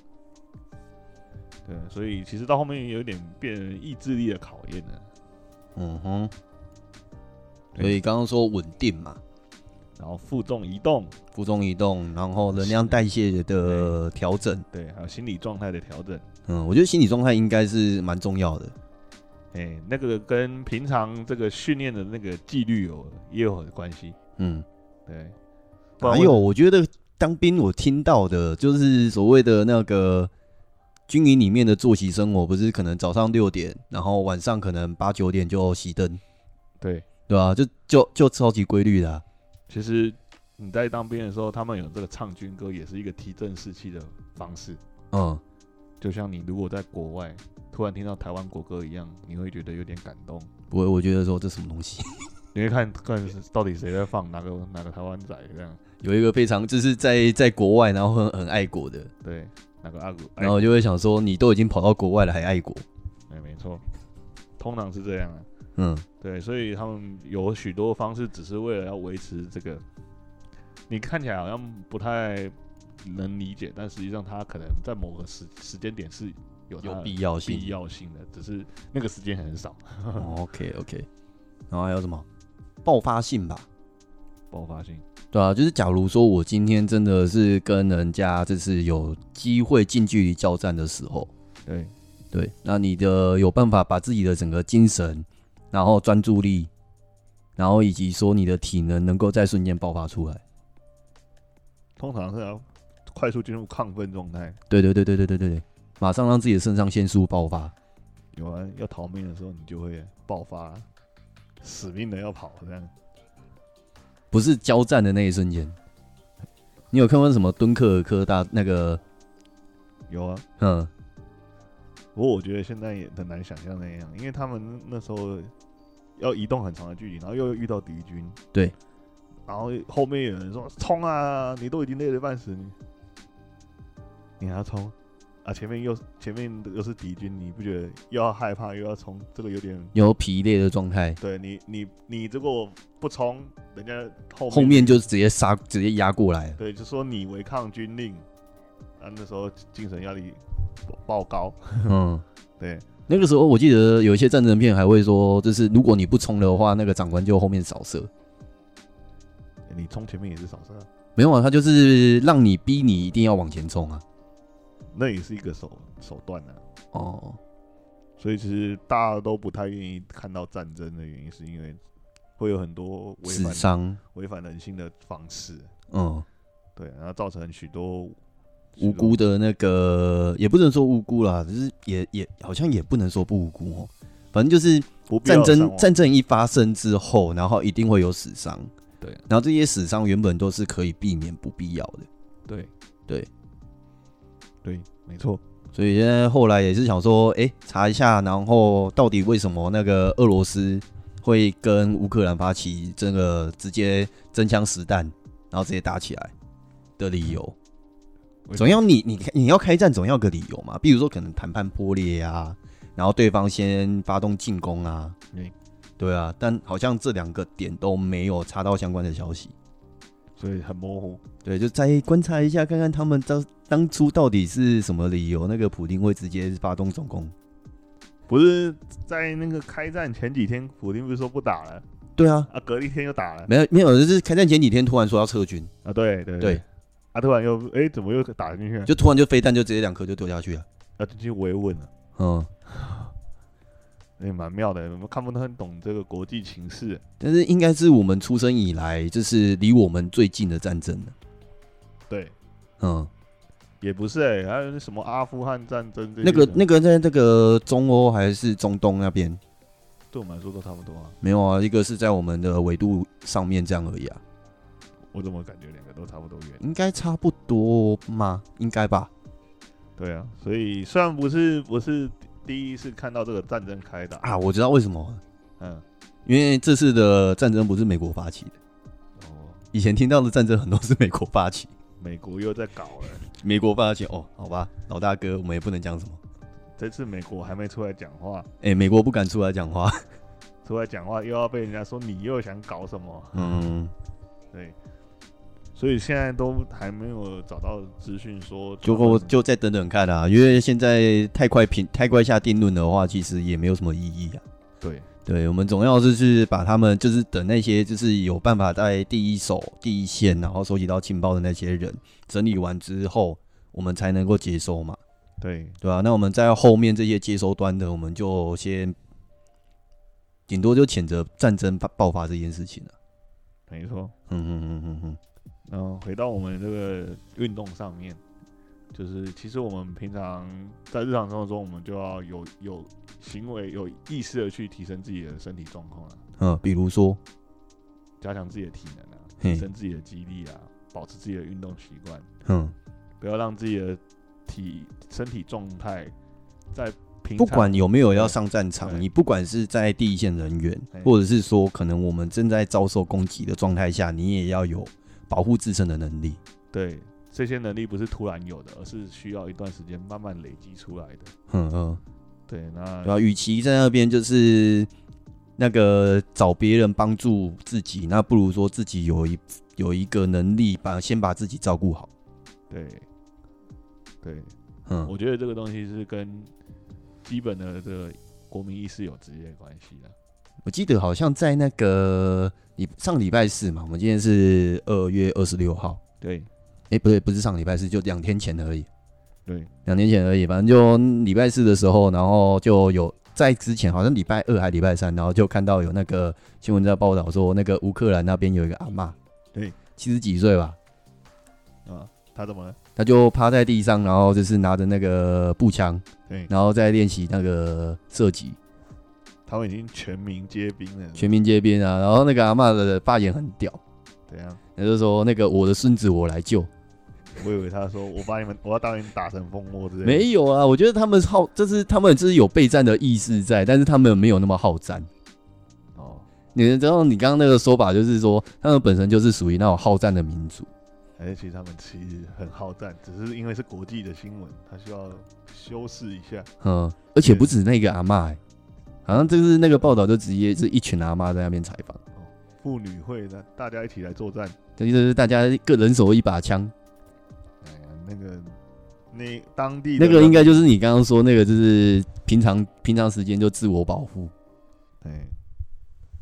[SPEAKER 1] 对，所以其实到后面有点变成意志力的考验了。
[SPEAKER 2] 嗯哼。
[SPEAKER 1] 对
[SPEAKER 2] 所以刚刚说稳定嘛，
[SPEAKER 1] 然后负重移动，
[SPEAKER 2] 负重移动，然后能量代谢的调整，
[SPEAKER 1] 对，还有心理状态的调整，
[SPEAKER 2] 嗯，我觉得心理状态应该是蛮重要的。
[SPEAKER 1] 哎、那个跟平常这个训练的那个纪律有也有关系，
[SPEAKER 2] 嗯，
[SPEAKER 1] 对。不然
[SPEAKER 2] 还
[SPEAKER 1] 为
[SPEAKER 2] 有，我觉得当兵我听到的就是所谓的那个军营里面的作息生活，不是可能早上六点，然后晚上可能八九点就熄灯，
[SPEAKER 1] 对，
[SPEAKER 2] 对吧、就就就超级规律的啊、
[SPEAKER 1] 其实你在当兵的时候，他们有这个唱军歌，也是一个提振士气的方式。
[SPEAKER 2] 嗯，
[SPEAKER 1] 就像你如果在国外突然听到台湾国歌一样，你会觉得有点感动。
[SPEAKER 2] 我我觉得说这什么东西，
[SPEAKER 1] 你会看看是到底谁在放哪个哪个台湾仔这样，
[SPEAKER 2] 有一个非常就是在 在国外，然后很很爱国的，
[SPEAKER 1] 对，哪个阿古，哎
[SPEAKER 2] 然后我就会想说，你都已经跑到国外了，还爱国？
[SPEAKER 1] 哎，没错，通常是这样啊。
[SPEAKER 2] 嗯，
[SPEAKER 1] 对，所以他们有许多方式，只是为了要维持这个。你看起来好像不太能理解，但实际上他可能在某个时时间点是有它
[SPEAKER 2] 有
[SPEAKER 1] 的
[SPEAKER 2] 必要性。
[SPEAKER 1] 必要性的，只是那个时间很少。
[SPEAKER 2] OK OK，然后还有什么爆发性吧？
[SPEAKER 1] 爆发性，
[SPEAKER 2] 对啊，就是假如说我今天真的是跟人家就是有机会近距离交战的时候，
[SPEAKER 1] 对，
[SPEAKER 2] 对，那你的有办法把自己的整个精神，然后专注力，然后以及说你的体能能够在瞬间爆发出来。
[SPEAKER 1] 通常是要快速进入亢奋状态。
[SPEAKER 2] 对对对对对对对对，马上让自己的肾上腺素爆发。
[SPEAKER 1] 有啊，要逃命的时候，你就会爆发，死命的要跑这样。
[SPEAKER 2] 不是交战的那一瞬间。你有看过什么敦刻尔克大那个？
[SPEAKER 1] 有啊，
[SPEAKER 2] 嗯，
[SPEAKER 1] 不过我觉得现在也很难想象那样，因为他们那时候要移动很长的距离，然后又遇到敌军，
[SPEAKER 2] 对，
[SPEAKER 1] 然后后面有人说冲啊，你都已经累得半死，你你还要冲啊？前面又前面又是敌军，你不觉得又要害怕又要冲，这个有点
[SPEAKER 2] 有疲累的状态，
[SPEAKER 1] 对你你你如果不冲，人家后面
[SPEAKER 2] 后面就直接杀，直接压过来了。
[SPEAKER 1] 对就说你违抗军令，啊那时候精神压力爆爆高，
[SPEAKER 2] 嗯，
[SPEAKER 1] 对
[SPEAKER 2] 那个时候我记得有一些战争片还会说，就是如果你不冲的话，那个长官就后面扫射。
[SPEAKER 1] 欸你冲前面也是扫射啊。
[SPEAKER 2] 没有啊，他就是让你逼你一定要往前冲啊。
[SPEAKER 1] 那也是一个手手段呢、啊。
[SPEAKER 2] 哦，
[SPEAKER 1] 所以其实大家都不太愿意看到战争的原因，是因为会有很多违
[SPEAKER 2] 智
[SPEAKER 1] 反
[SPEAKER 2] 商，
[SPEAKER 1] 违反人性的方式，
[SPEAKER 2] 嗯，
[SPEAKER 1] 对，然后造成许多嗯
[SPEAKER 2] 无辜的那个也不能说无辜啦，就是也也好像也不能说不无辜哦，反正就是
[SPEAKER 1] 不必要的
[SPEAKER 2] 战争
[SPEAKER 1] 伤亡
[SPEAKER 2] 战争一发生之后，然后一定会有死伤，
[SPEAKER 1] 对，
[SPEAKER 2] 然后这些死伤原本都是可以避免不必要的，
[SPEAKER 1] 对
[SPEAKER 2] 对
[SPEAKER 1] 对，没错，
[SPEAKER 2] 所以现在后来也是想说，哎、查一下，然后到底为什么那个俄罗斯会跟乌克兰发起这个直接真枪实弹，然后直接打起来的理由嗯
[SPEAKER 1] 为什么，
[SPEAKER 2] 总要你你你要开战，总要个理由嘛，比如说可能谈判破裂啊，然后对方先发动进攻啊，
[SPEAKER 1] 对
[SPEAKER 2] 对啊，但好像这两个点都没有查到相关的消息。
[SPEAKER 1] 所以很模糊。
[SPEAKER 2] 对，就再观察一下，看看他们当当初到底是什么理由，那个普丁会直接发动总攻。
[SPEAKER 1] 不是在那个开战前几天，普京不是说不打了
[SPEAKER 2] 对啊，
[SPEAKER 1] 啊？隔一天又打了
[SPEAKER 2] 没有没有，就是开战前几天突然说要撤军，
[SPEAKER 1] 啊？对对
[SPEAKER 2] 对，
[SPEAKER 1] 啊！突然又哎、怎么又打进去了？
[SPEAKER 2] 就突然就飞弹就直接两颗就丢下去了。
[SPEAKER 1] 啊，进去维稳了，
[SPEAKER 2] 嗯，
[SPEAKER 1] 也、蛮妙的。我们看不太懂这个国际情势，
[SPEAKER 2] 但是应该是我们出生以来，就是离我们最近的战争了。
[SPEAKER 1] 对，
[SPEAKER 2] 嗯，
[SPEAKER 1] 也不是哎、还有那什么阿富汗战争这些
[SPEAKER 2] 那个
[SPEAKER 1] 的
[SPEAKER 2] 那个在那个中欧还是中东那边
[SPEAKER 1] 对我们来说都差不多啊。
[SPEAKER 2] 没有啊，一个是在我们的纬度上面这样而已啊，
[SPEAKER 1] 我怎么感觉两个都差不多远？
[SPEAKER 2] 应该差不多吗？应该吧。
[SPEAKER 1] 对啊，所以虽然不是不是第一次看到这个战争开打，
[SPEAKER 2] 啊，我知道为什么了，
[SPEAKER 1] 嗯，
[SPEAKER 2] 因为这次的战争不是美国发起的，
[SPEAKER 1] 哦，
[SPEAKER 2] 以前听到的战争很多是美国发起，
[SPEAKER 1] 美国又在搞了。
[SPEAKER 2] 美国发起哦，好吧，老大哥，我们也不能讲什么。
[SPEAKER 1] 这次美国还没出来讲话，
[SPEAKER 2] 哎、美国不敢出来讲话。
[SPEAKER 1] 出来讲话又要被人家说你又想搞什么？
[SPEAKER 2] 嗯，
[SPEAKER 1] 对，所以现在都还没有找到资讯说
[SPEAKER 2] 就
[SPEAKER 1] 他们
[SPEAKER 2] 过就再等等看啊，因为现在太快评太快下定论的话，其实也没有什么意义啊。
[SPEAKER 1] 对
[SPEAKER 2] 对，我们总要就是把他们，就是等那些就是有办法在第一手、第一线，然后收集到情报的那些人整理完之后，我们才能够接收嘛，
[SPEAKER 1] 对
[SPEAKER 2] 对吧、那我们在后面这些接收端的，我们就先顶多就谴责战争爆爆发这件事情了、
[SPEAKER 1] 没错。
[SPEAKER 2] 嗯嗯嗯嗯嗯，
[SPEAKER 1] 然后回到我们这个运动上面，就是其实我们平常在日常生活中，我们就要有有行为有意识的去提升自己的身体状况啊，
[SPEAKER 2] 嗯，比如说，
[SPEAKER 1] 加强自己的体能啊，
[SPEAKER 2] 嘿
[SPEAKER 1] 提升自己的肌力啊，保持自己的运动习惯，
[SPEAKER 2] 嗯，
[SPEAKER 1] 不要让自己的体身体状态在平
[SPEAKER 2] 不
[SPEAKER 1] 常
[SPEAKER 2] 管有没有要上战场，
[SPEAKER 1] 对
[SPEAKER 2] 你不管是在第一线人员
[SPEAKER 1] 对，
[SPEAKER 2] 或者是说可能我们正在遭受攻击的状态下，你也要有保护自身的能力。
[SPEAKER 1] 对这些能力不是突然有的，而是需要一段时间慢慢累积出来的。
[SPEAKER 2] 嗯嗯，
[SPEAKER 1] 对，那
[SPEAKER 2] 对啊，与其在那边就是那个找别人帮助自己，那不如说自己有一有一个能力把先把自己照顾好。
[SPEAKER 1] 对对，
[SPEAKER 2] 嗯，
[SPEAKER 1] 我觉得这个东西是跟基本的这个国民意识有直接关系的。
[SPEAKER 2] 我记得好像在那个礼上礼拜四嘛，我们今天是二月二十六号，
[SPEAKER 1] 对
[SPEAKER 2] 哎、不对，不是上礼拜四，就两天前而已。
[SPEAKER 1] 对
[SPEAKER 2] 两年前而已，反正就礼拜四的时候，然后就有在之前好像礼拜二还礼拜三，然后就看到有那个新闻在报道说，那个乌克兰那边有一个阿嬷，
[SPEAKER 1] 对，
[SPEAKER 2] 七十几岁吧，
[SPEAKER 1] 啊，他怎么了？
[SPEAKER 2] 她就趴在地上，然后就是拿着那个步枪，
[SPEAKER 1] 对，
[SPEAKER 2] 然后在练习那个射击，
[SPEAKER 1] 他们已经全民皆兵了。
[SPEAKER 2] 全民皆兵啊。然后那个阿嬷的发言很屌，
[SPEAKER 1] 怎样？
[SPEAKER 2] 她就说那个我的孙子我来救，
[SPEAKER 1] 我以为他说我把你们，我要当你们打成疯魔之类的。
[SPEAKER 2] 没有啊，我觉得他们好，就是他们就是有备战的意识在，但是他们没有那么好战。
[SPEAKER 1] 哦，
[SPEAKER 2] 你知道你刚刚那个说法，就是说他们本身就是属于那种好战的民族，
[SPEAKER 1] 而且其实他们其实很好战，只是因为是国际的新闻，他需要修饰一下。
[SPEAKER 2] 嗯，而且不止那个阿嬷、欸，好像就是那个报道就直接是一群阿嬷在那边采访，
[SPEAKER 1] 妇女会的，大家一起来作战。
[SPEAKER 2] 就是大家各人手一把枪，
[SPEAKER 1] 哎呀，那个那当地的
[SPEAKER 2] 那个应
[SPEAKER 1] 人
[SPEAKER 2] 该就是你刚刚说那个，就是平常平常时间就自我保护，
[SPEAKER 1] 哎，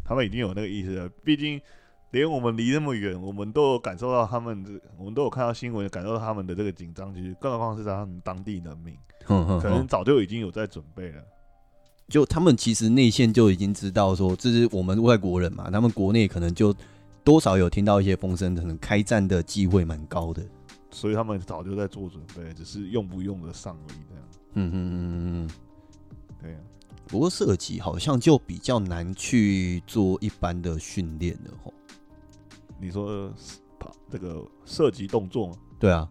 [SPEAKER 1] 他们已经有那个意识了。毕竟连我们离那么远，我们都有感受到他们这，我们都有看到新闻，感受到他们的这个紧张，其实更何况是他们当地人民，
[SPEAKER 2] 哼哼
[SPEAKER 1] 可能
[SPEAKER 2] 哼，
[SPEAKER 1] 早就已经有在准备了。
[SPEAKER 2] 就他们其实内线就已经知道说，这是我们外国人嘛，他们国内可能就多少有听到一些风声，可能开战的机会蛮高的，
[SPEAKER 1] 所以他们早就在做准备，只是用不用得上而已。这样，
[SPEAKER 2] 嗯嗯嗯嗯嗯。
[SPEAKER 1] 对啊，
[SPEAKER 2] 不过射击好像就比较难去做一般的训练了吼。
[SPEAKER 1] 你说呃跑这个射击动作嘛
[SPEAKER 2] 对啊，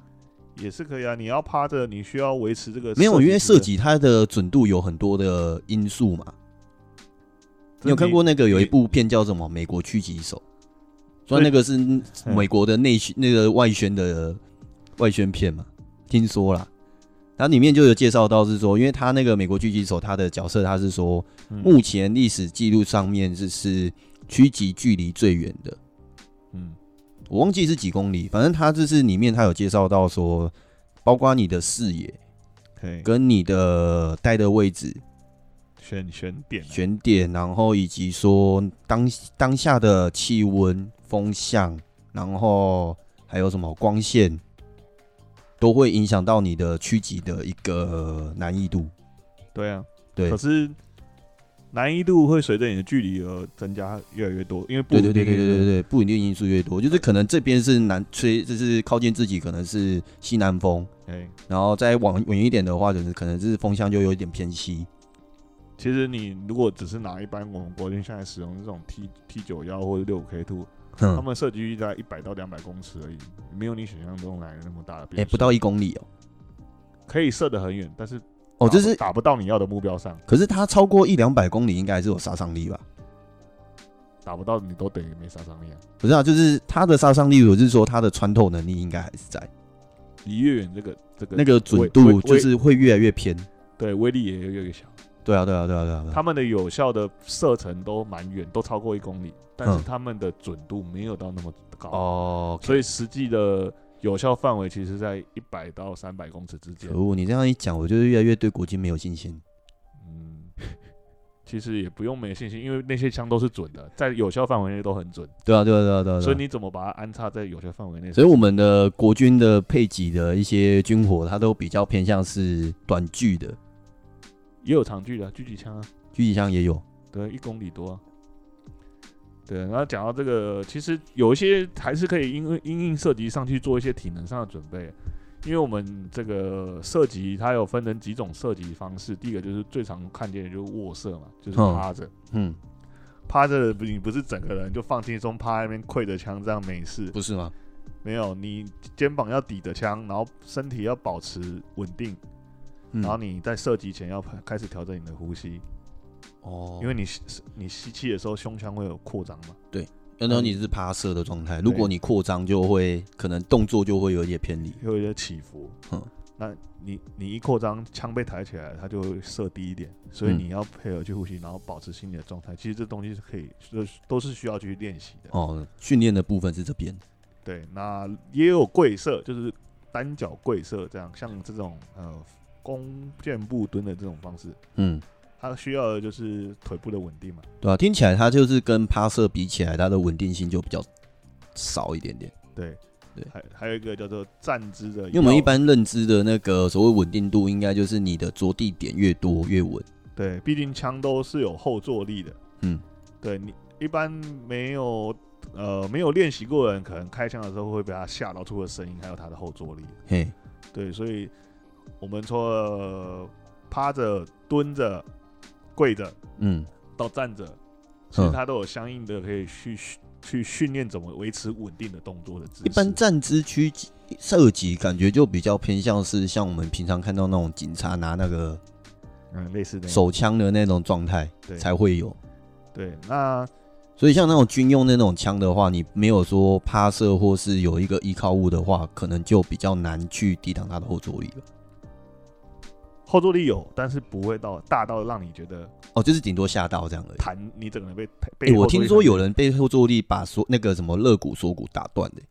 [SPEAKER 1] 也是可以啊，你要趴着，你需要维持这个
[SPEAKER 2] 没有，因为射
[SPEAKER 1] 射击
[SPEAKER 2] 击它的准度有很多的因素嘛。
[SPEAKER 1] 的，
[SPEAKER 2] 你有看过那个有一
[SPEAKER 1] 你
[SPEAKER 2] 部片叫什么《美国狙击手》？
[SPEAKER 1] 所
[SPEAKER 2] 说
[SPEAKER 1] 以
[SPEAKER 2] 那个是美国的内宣那个外宣的呃外宣片嘛，听说啦。然后里面就有介绍到是说，因为他那个美国狙击手他的角色他是说，
[SPEAKER 1] 嗯
[SPEAKER 2] 目前历史记录上面就是狙击距离最远的，
[SPEAKER 1] 嗯
[SPEAKER 2] 我忘记是几公里，反正它就是里面它有介绍到说，包括你的视野
[SPEAKER 1] 可以
[SPEAKER 2] 跟你的待的位置，
[SPEAKER 1] 选选点啊、
[SPEAKER 2] 选点，然后以及说当当下的气温、风向，然后还有什么光线，都会影响到你的区级的一个难易度。
[SPEAKER 1] 对啊，
[SPEAKER 2] 对
[SPEAKER 1] 可是难易度会随着你的距离而增加越来越多，因为不
[SPEAKER 2] 对对对
[SPEAKER 1] 一定
[SPEAKER 2] 对对
[SPEAKER 1] 是
[SPEAKER 2] 对对，不一定因素越多，就是可能这边是南吹，就是靠近自己可能是西南风，
[SPEAKER 1] 哎，
[SPEAKER 2] 然后再往远一点的话，就是可能是风向就有一点偏西。
[SPEAKER 1] 其实你如果只是拿一般我们国军现在使用的这种 T T 九幺或者六五 K two，他
[SPEAKER 2] 哼，
[SPEAKER 1] 们射击域在一百到两百公尺而已，没有你想象中来的那么大的
[SPEAKER 2] 哎、
[SPEAKER 1] 变数。
[SPEAKER 2] 不到一公里哦、
[SPEAKER 1] 可以射得很远，但是打
[SPEAKER 2] 哦，就
[SPEAKER 1] 不
[SPEAKER 2] 是，
[SPEAKER 1] 打不到你要的目标上，
[SPEAKER 2] 可是它超过一两百公里，应该还是有杀伤力吧？
[SPEAKER 1] 打不到你都等于没杀伤力啊。
[SPEAKER 2] 不是啊，就是它的杀伤力，我是说它的穿透能力应该还是在，
[SPEAKER 1] 离越远这个这个
[SPEAKER 2] 那个准
[SPEAKER 1] 威
[SPEAKER 2] 度
[SPEAKER 1] 威
[SPEAKER 2] 就是会越来越偏。
[SPEAKER 1] 对威力也越来越小。
[SPEAKER 2] 对啊，对啊，对啊，对啊，对啊
[SPEAKER 1] 他们的有效的射程都蛮远，都超过一公里，但
[SPEAKER 2] 嗯
[SPEAKER 1] 是他们的准度没有到那么高，
[SPEAKER 2] 哦，
[SPEAKER 1] 所以实际的有效范围其实在一百到三百公尺之间
[SPEAKER 2] 可。恶！你这样一讲，我就是越来越对国军没有信心。
[SPEAKER 1] 嗯，其实也不用没信心，因为那些枪都是准的，在有效范围内都很准，
[SPEAKER 2] 对啊，对啊，对啊，对啊。对啊
[SPEAKER 1] 所以你怎么把它安插在有效范围内？
[SPEAKER 2] 所以我们的国军的配给的一些军火，它都比较偏向是短距的，
[SPEAKER 1] 也有长距的、啊、狙击枪啊，
[SPEAKER 2] 狙击枪也有。
[SPEAKER 1] 对，一公里多、啊。对，然后讲到这个，其实有一些还是可以因为因应射击上去做一些体能上的准备，因为我们这个射击它有分成几种射击方式，第一个就是最常看见的就是卧射嘛，就是
[SPEAKER 2] 嗯
[SPEAKER 1] 趴着，
[SPEAKER 2] 嗯，
[SPEAKER 1] 趴着的你不是整个人就放轻松趴在那边跪着枪这样没事，
[SPEAKER 2] 不是吗？
[SPEAKER 1] 没有，你肩膀要抵着枪，然后身体要保持稳定，
[SPEAKER 2] 嗯
[SPEAKER 1] 然后你在射击前要开始调整你的呼吸，
[SPEAKER 2] 哦，
[SPEAKER 1] 因为你吸你吸气的时候胸腔会有扩张嘛，
[SPEAKER 2] 那
[SPEAKER 1] 嗯
[SPEAKER 2] 时候你是趴射的状态，如果你扩张就会可能动作就会有一点偏离。
[SPEAKER 1] 会有一些起伏。
[SPEAKER 2] 嗯
[SPEAKER 1] 那你你一扩张，枪被抬起来，它就会射低一点，所以
[SPEAKER 2] 嗯
[SPEAKER 1] 你要配合去呼吸，然后保持心理的状态。其实这东西是可以，都都是需要去练习的。
[SPEAKER 2] 哦，训练的部分是这边。
[SPEAKER 1] 对，那也有跪射，就是单脚跪射这样，像这种呃弓箭步蹲的这种方式。
[SPEAKER 2] 嗯，
[SPEAKER 1] 它需要的就是腿部的稳定嘛。
[SPEAKER 2] 对啊，听起来它就是跟趴射比起来，它的稳定性就比较少一点点。
[SPEAKER 1] 对，
[SPEAKER 2] 对
[SPEAKER 1] 还还有一个叫做站姿的腰，
[SPEAKER 2] 因为我们一般认知的那个所谓稳定度，应该就是你的着地点越多越稳。
[SPEAKER 1] 对，毕竟枪都是有后坐力的。
[SPEAKER 2] 嗯，
[SPEAKER 1] 对你一般没有呃没有练习过的人，可能开枪的时候会被它吓到出的声音，还有它的后坐力。
[SPEAKER 2] 嘿，
[SPEAKER 1] 对，所以我们除了趴着、蹲着、跪着
[SPEAKER 2] 嗯，
[SPEAKER 1] 到站着，其实
[SPEAKER 2] 嗯
[SPEAKER 1] 它都有相应的可以去去训练怎么维持稳定的动作的姿势。
[SPEAKER 2] 一般站姿区射击感觉就比较偏向是像我们平常看到那种警察拿那个
[SPEAKER 1] 嗯，类似那种
[SPEAKER 2] 手枪的那种状态
[SPEAKER 1] 对
[SPEAKER 2] 才会有。
[SPEAKER 1] 对，那
[SPEAKER 2] 所以像那种军用那种枪的话，你没有说趴射或是有一个依靠物的话，可能就比较难去抵挡它的后坐力了。
[SPEAKER 1] 后坐力有，但是不会到大到让你觉得
[SPEAKER 2] 哦，就是顶多吓到这样而已。
[SPEAKER 1] 弹你整个人被被、
[SPEAKER 2] 哎、我听说有人被后坐力把锁那个什么肋骨锁骨打断的、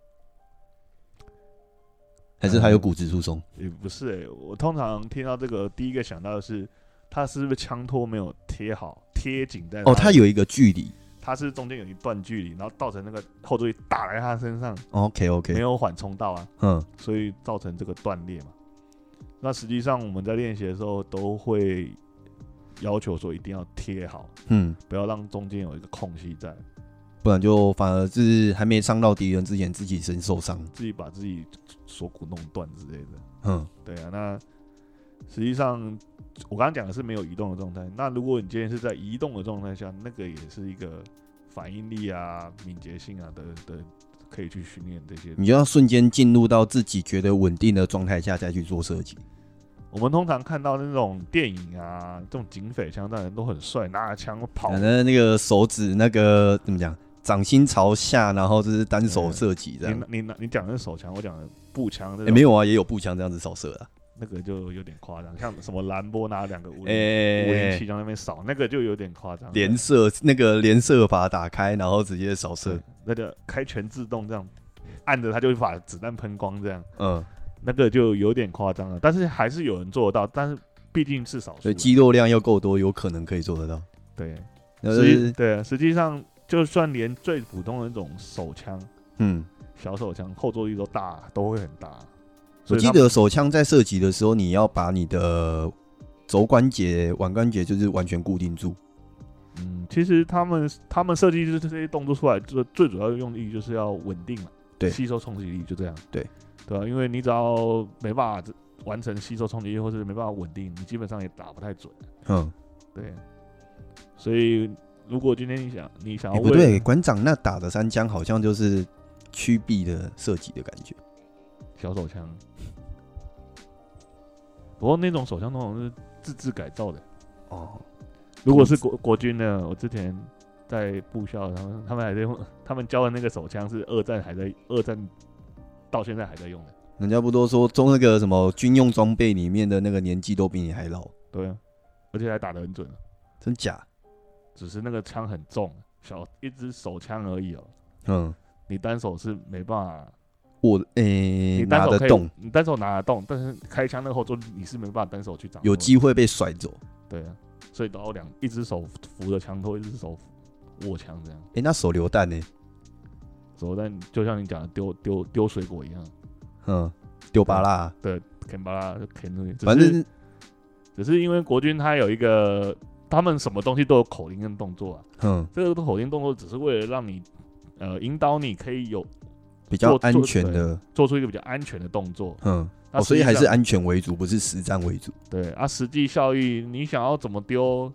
[SPEAKER 2] 还
[SPEAKER 1] 嗯
[SPEAKER 2] 是他有骨质疏松？
[SPEAKER 1] 也不是哎、我通常听到这个第一个想到的是他是不是枪托没有贴好贴紧在他
[SPEAKER 2] 哦，他有一个距离。
[SPEAKER 1] 他是中间有一段距离，然后造成那个后坐力打在他身上
[SPEAKER 2] OK
[SPEAKER 1] 没
[SPEAKER 2] OK，
[SPEAKER 1] 有缓冲到啊，
[SPEAKER 2] 嗯
[SPEAKER 1] 所以造成这个断裂嘛。那实际上我们在练习的时候都会要求说一定要贴好，
[SPEAKER 2] 嗯，
[SPEAKER 1] 不要让中间有一个空隙在，
[SPEAKER 2] 不然就反而是还没伤到敌人之前自己先受伤。
[SPEAKER 1] 自己把自己锁骨弄断之类的。
[SPEAKER 2] 嗯，
[SPEAKER 1] 对啊，那实际上我刚刚讲的是没有移动的状态。那如果你今天是在移动的状态下，那个也是一个反应力啊、敏捷性啊的的，可以去训练这些。
[SPEAKER 2] 你就要瞬间进入到自己觉得稳定的状态下再去做射击。
[SPEAKER 1] 我们通常看到那种电影啊，这种警匪枪战人都很帅，拿着枪跑
[SPEAKER 2] 反，正那个手指那个怎么讲，掌心朝下，然后就是单手射击这
[SPEAKER 1] 嗯你
[SPEAKER 2] 样。
[SPEAKER 1] 拿你拿你讲的是手枪，我讲的步枪这
[SPEAKER 2] 哎、
[SPEAKER 1] 种，
[SPEAKER 2] 没有啊，也有步枪这样子扫射啊的。
[SPEAKER 1] 那个就有点夸张，像什么兰博拿两个五
[SPEAKER 2] 哎、
[SPEAKER 1] 零五零七枪那边扫，那个就有点夸张。
[SPEAKER 2] 连射那个连射法打开，然后直接扫射
[SPEAKER 1] 对。那个开全自动这样按着它就会把子弹喷光这样。
[SPEAKER 2] 嗯，
[SPEAKER 1] 那个就有点夸张了，但是还是有人做得到，但是毕竟是少数
[SPEAKER 2] 所以
[SPEAKER 1] 人。
[SPEAKER 2] 肌肉量要够多，有可能可以做得到。
[SPEAKER 1] 对，
[SPEAKER 2] 呃那就
[SPEAKER 1] 实际
[SPEAKER 2] 是
[SPEAKER 1] 对啊，实际上就算连最普通的那种手枪、
[SPEAKER 2] 嗯，
[SPEAKER 1] 小手枪，后坐力都大，都会很大。
[SPEAKER 2] 我
[SPEAKER 1] 所以
[SPEAKER 2] 记
[SPEAKER 1] 他
[SPEAKER 2] 得手枪在射击的时候，你要把你的肘关节、腕关节就是完全固定住。
[SPEAKER 1] 嗯，其实他们他们设计就是这些动作出来，最最主要的用意就是要稳定嘛，
[SPEAKER 2] 对
[SPEAKER 1] 吸收冲击力就这样，
[SPEAKER 2] 对，
[SPEAKER 1] 对啊，因为你只要没办法完成吸收冲击力，或是没办法稳定，你基本上也打不太准，
[SPEAKER 2] 嗯，
[SPEAKER 1] 对，所以如果今天你想你想
[SPEAKER 2] 哎、
[SPEAKER 1] 要
[SPEAKER 2] 不
[SPEAKER 1] 为
[SPEAKER 2] 对，馆长那打的三枪好像就是曲臂的射击的感觉。
[SPEAKER 1] 小手枪，不过那种手枪通常是自制改造的，
[SPEAKER 2] 哦，
[SPEAKER 1] 如果是国国军呢，我之前在部校，他们他们还在用，他们教的那个手枪是二战还在二战到现在还在用的。
[SPEAKER 2] 人家不都说中那个什么军用装备里面的那个年纪都比你还老，
[SPEAKER 1] 对啊，而且还打得很准，啊
[SPEAKER 2] 真假？
[SPEAKER 1] 只是那个枪很重，小一支手枪而已哦。
[SPEAKER 2] 嗯，
[SPEAKER 1] 你单手是没办法，
[SPEAKER 2] 我诶、
[SPEAKER 1] 你单
[SPEAKER 2] 拿
[SPEAKER 1] 手
[SPEAKER 2] 得
[SPEAKER 1] 可以
[SPEAKER 2] 动，，
[SPEAKER 1] 你单手拿得动，但是开枪那个后座你是没办法单手去掌握的。
[SPEAKER 2] 有机会被甩走。
[SPEAKER 1] 对啊，所以都要两一只手扶着枪托，一只手扶握枪这样。
[SPEAKER 2] 诶、那手榴弹呢、
[SPEAKER 1] 手但就像你讲的丢丢丢水果一样，
[SPEAKER 2] 嗯，丢巴拉，
[SPEAKER 1] 对，啃巴拉就啃啊出去。只是
[SPEAKER 2] 反正
[SPEAKER 1] 只是因为国军他有一个，他们什么东西都有口令跟动作啊，
[SPEAKER 2] 嗯
[SPEAKER 1] 这个口令动作只是为了让你，呃，引导你可以有
[SPEAKER 2] 比较
[SPEAKER 1] 做
[SPEAKER 2] 安
[SPEAKER 1] 做
[SPEAKER 2] 全的，
[SPEAKER 1] 做出一个比较安全的动作。
[SPEAKER 2] 嗯，
[SPEAKER 1] 那
[SPEAKER 2] 哦，所以
[SPEAKER 1] 实际
[SPEAKER 2] 还是
[SPEAKER 1] 上
[SPEAKER 2] 安全为主，不是实战为主。
[SPEAKER 1] 对啊，实际效益你想要怎么丢，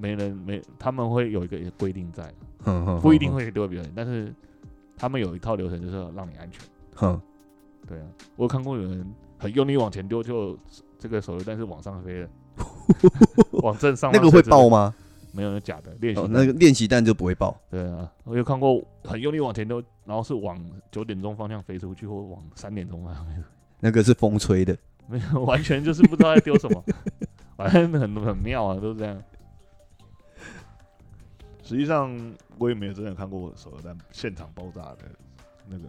[SPEAKER 1] 没人没他们会有一个规定在，
[SPEAKER 2] 哼哼，
[SPEAKER 1] 不一定会丢别人，但是他们有一套流程就是要让你安全。
[SPEAKER 2] 哼。哼，
[SPEAKER 1] 对啊，我有看过有人很用力往前丢，就这个手榴弹是往上飞的，往正上
[SPEAKER 2] 那
[SPEAKER 1] 方
[SPEAKER 2] 个会
[SPEAKER 1] 甚至
[SPEAKER 2] 爆吗？
[SPEAKER 1] 没有那假的练习
[SPEAKER 2] 哦，
[SPEAKER 1] 弹
[SPEAKER 2] 那个练习弹就不会爆。
[SPEAKER 1] 对啊，我有看过很用力往前丢，然后是往九点钟方向飞出去，或往三点钟方向飞出去，
[SPEAKER 2] 那个是风吹的，
[SPEAKER 1] 没有， 完全就是不知道在丢什么， 反正很很妙啊，都是这样。实际上，我也没有真的看过手榴弹现场爆炸的那个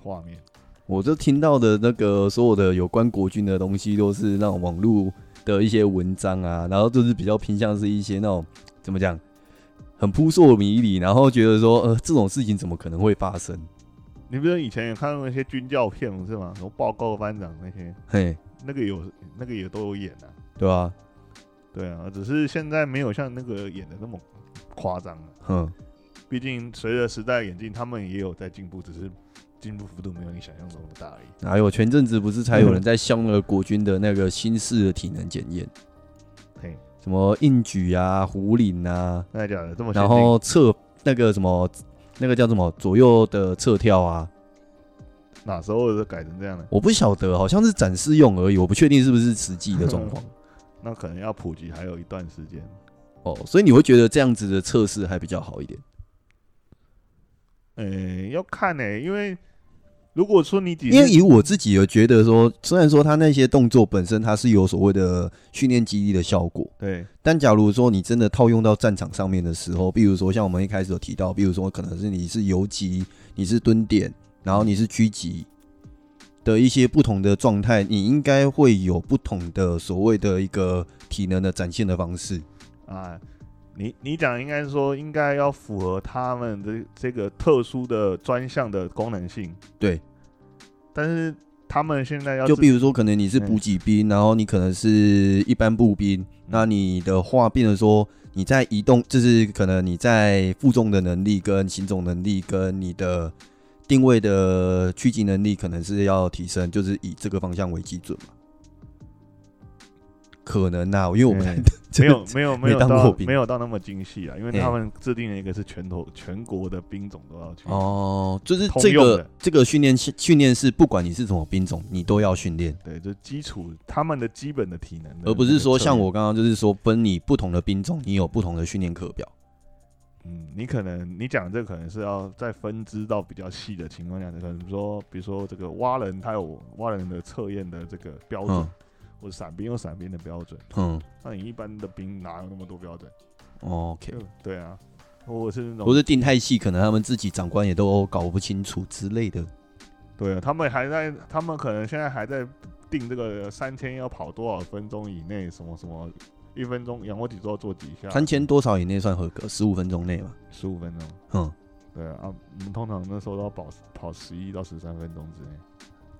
[SPEAKER 1] 画面。
[SPEAKER 2] 我就听到的那个所有的有关国军的东西，都是那种网络的一些文章啊，然后就是比较偏向是一些那种怎么讲，很扑朔迷离，然后觉得说，呃，这种事情怎么可能会发生？
[SPEAKER 1] 你不是以前也看过那些军教片不是吗？什么报告班长那些，
[SPEAKER 2] 嘿，
[SPEAKER 1] 那个有那个也都有演啊。
[SPEAKER 2] 对吧、
[SPEAKER 1] 对啊，只是现在没有像那个演的那么夸张了、啊
[SPEAKER 2] 哼，
[SPEAKER 1] 毕竟随着时代演进，他们也有在进步，只是进步幅度没有你想象中的大而已。
[SPEAKER 2] 哪有？前阵子不是才有人在向那个国军的那个新式的体能检验，
[SPEAKER 1] 嘿，
[SPEAKER 2] 什么硬举啊、壶铃啊，
[SPEAKER 1] 那假的这么先
[SPEAKER 2] 然
[SPEAKER 1] 进
[SPEAKER 2] 后侧那个什么，那个叫什么左右的侧跳啊，
[SPEAKER 1] 哪时候改成这样呢？
[SPEAKER 2] 我不晓得，好像是展示用而已，我不确定是不是实际的状况。
[SPEAKER 1] 那可能要普及还有一段时间。
[SPEAKER 2] 哦，所以你会觉得这样子的测试还比较好一点。
[SPEAKER 1] 呃、要看呢、因为如果说你只
[SPEAKER 2] 因为
[SPEAKER 1] 是
[SPEAKER 2] 以我自己有觉得说，虽然说他那些动作本身它是有所谓的训练肌力的效果，
[SPEAKER 1] 对
[SPEAKER 2] 但假如说你真的套用到战场上面的时候，比如说像我们一开始有提到，比如说可能是你是游击，你是蹲点，然后你是狙击的一些不同的状态，你应该会有不同的所谓的一个体能的展现的方式。
[SPEAKER 1] 啊，你你讲应该是说应该要符合他们的这个特殊的专项的功能性，
[SPEAKER 2] 对，
[SPEAKER 1] 但是他们现在要
[SPEAKER 2] 就
[SPEAKER 1] 自嗯
[SPEAKER 2] 比如说，可能你是补给兵，然后你可能是一般步兵，那你的话变成说你在移动，就是可能你在负重的能力、跟行走能力、跟你的定位的趋近能力，可能是要提升，就是以这个方向为基准嘛。可能呐、啊，因为我不太
[SPEAKER 1] 嗯
[SPEAKER 2] 真
[SPEAKER 1] 没
[SPEAKER 2] 的
[SPEAKER 1] 有没有没有
[SPEAKER 2] 当过
[SPEAKER 1] 到
[SPEAKER 2] 兵
[SPEAKER 1] 没有到那么精细啊，因为
[SPEAKER 2] 哎
[SPEAKER 1] 他们制定了一个是全头全国的兵种都要去。
[SPEAKER 2] 哦，就是
[SPEAKER 1] 通
[SPEAKER 2] 这
[SPEAKER 1] 用
[SPEAKER 2] 个
[SPEAKER 1] 的
[SPEAKER 2] 这个训练是训练是不管你是什么兵种，你都要训练。
[SPEAKER 1] 对，就是基础他们的基本的体能的
[SPEAKER 2] 而不是
[SPEAKER 1] 嗯
[SPEAKER 2] 说
[SPEAKER 1] 那个策略
[SPEAKER 2] 像我，刚刚就是说分你不同的兵种，你有不同的训练课表。
[SPEAKER 1] 嗯，你可能你讲这可能是要再分支到比较细的情况下，可能说，比如说这个蛙人，他有蛙人的测验的这个标准，
[SPEAKER 2] 嗯
[SPEAKER 1] 或者伞兵有伞兵的标准，
[SPEAKER 2] 嗯
[SPEAKER 1] 那你一般的兵哪有那么多标准？
[SPEAKER 2] ，OK，
[SPEAKER 1] 对啊，或者是那
[SPEAKER 2] 不
[SPEAKER 1] 种
[SPEAKER 2] 是定太细，可能他们自己长官也都搞不清楚之类的。
[SPEAKER 1] 对啊，他们还在，他们可能现在还在定这个三千要跑多少分钟以内，什么什么，一分钟仰卧起坐做几下，
[SPEAKER 2] 三千多少以内算合格？十五分钟内嘛。
[SPEAKER 1] 十五分钟。
[SPEAKER 2] 嗯，
[SPEAKER 1] 对啊，啊我们通常那时候都要跑跑十一到十三分钟之内。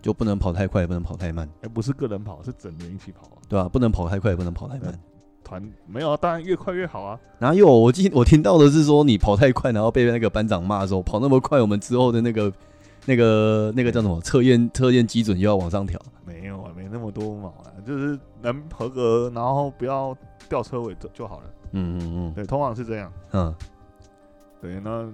[SPEAKER 2] 就不能跑太快，也不能跑太慢，
[SPEAKER 1] 哎、不是个人跑，是整年一起跑啊。
[SPEAKER 2] 对吧、不能跑太快，也不能跑太慢。
[SPEAKER 1] 团没有啊，当然越快越好啊。
[SPEAKER 2] 哪有？我记我听到的是说你跑太快，然后被那个班长骂说跑那么快，我们之后的那个、那个、那个叫什么测验测验基准又要往上调。
[SPEAKER 1] 没有啊，没那么多毛啊，就是能合格，然后不要掉车尾就就好了。
[SPEAKER 2] 嗯嗯嗯
[SPEAKER 1] 对，通常是这样。
[SPEAKER 2] 嗯，
[SPEAKER 1] 对，那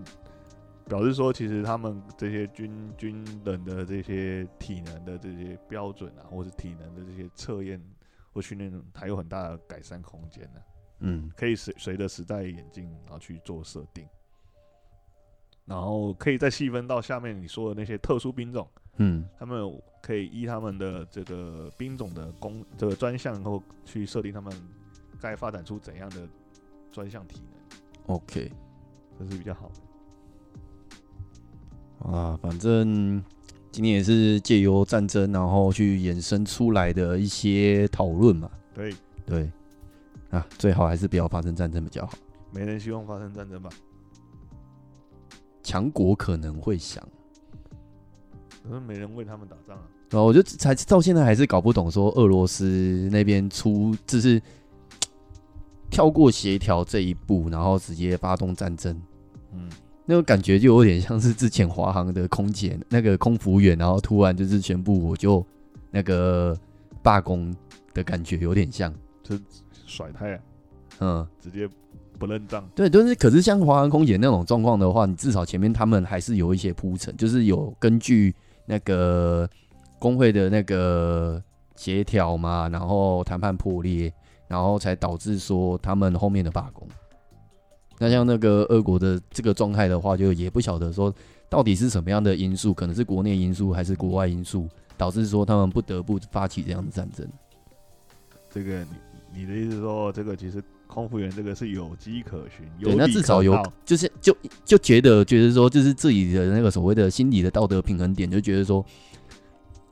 [SPEAKER 1] 表示说，其实他们这些军军人的这些体能的这些标准啊，或是体能的这些测验或训练，还有很大的改善空间呢、
[SPEAKER 2] 嗯
[SPEAKER 1] 可以随随着时代演进，然后去做设定，然后可以再细分到下面你说的那些特殊兵种，
[SPEAKER 2] 嗯
[SPEAKER 1] 他们有可以依他们的这个兵种的工这个专项，然后去设定他们该发展出怎样的专项体能，
[SPEAKER 2] ，OK
[SPEAKER 1] 这是比较好的。
[SPEAKER 2] 啊，反正今天也是借由战争，然后去衍生出来的一些讨论嘛。
[SPEAKER 1] 对，
[SPEAKER 2] 对，啊，最好还是不要发生战争比较好。
[SPEAKER 1] 没人希望发生战争吧？
[SPEAKER 2] 强国可能会想。
[SPEAKER 1] 可是没人为他们打仗啊。
[SPEAKER 2] 然后我就才到现在还是搞不懂，说俄罗斯那边出就是跳过协调这一步，然后直接发动战争，
[SPEAKER 1] 嗯，
[SPEAKER 2] 那种感觉就有点像是之前华航的空姐那个空服员，然后突然就是宣布我就那个罢工的感觉有点像，
[SPEAKER 1] 甩太啊
[SPEAKER 2] 嗯，
[SPEAKER 1] 直接不认账。
[SPEAKER 2] 对，就是可是像华航空姐那种状况的话，你至少前面他们还是有一些铺陈，就是有根据那个工会的那个协调嘛，然后谈判破裂，然后才导致说他们后面的罢工。那像那个俄国的这个状态的话，就也不晓得说到底是什么样的因素，可能是国内因素还是国外因素，导致说他们不得不发起这样的战争。
[SPEAKER 1] 这个你你的意思是说，这个其实空服员这个是有迹可循，有
[SPEAKER 2] 对，那
[SPEAKER 1] 理
[SPEAKER 2] 至
[SPEAKER 1] 可
[SPEAKER 2] 少有
[SPEAKER 1] 道
[SPEAKER 2] 就是就就觉得觉得说，就是自己的那个所谓的心理的道德平衡点，就觉得说，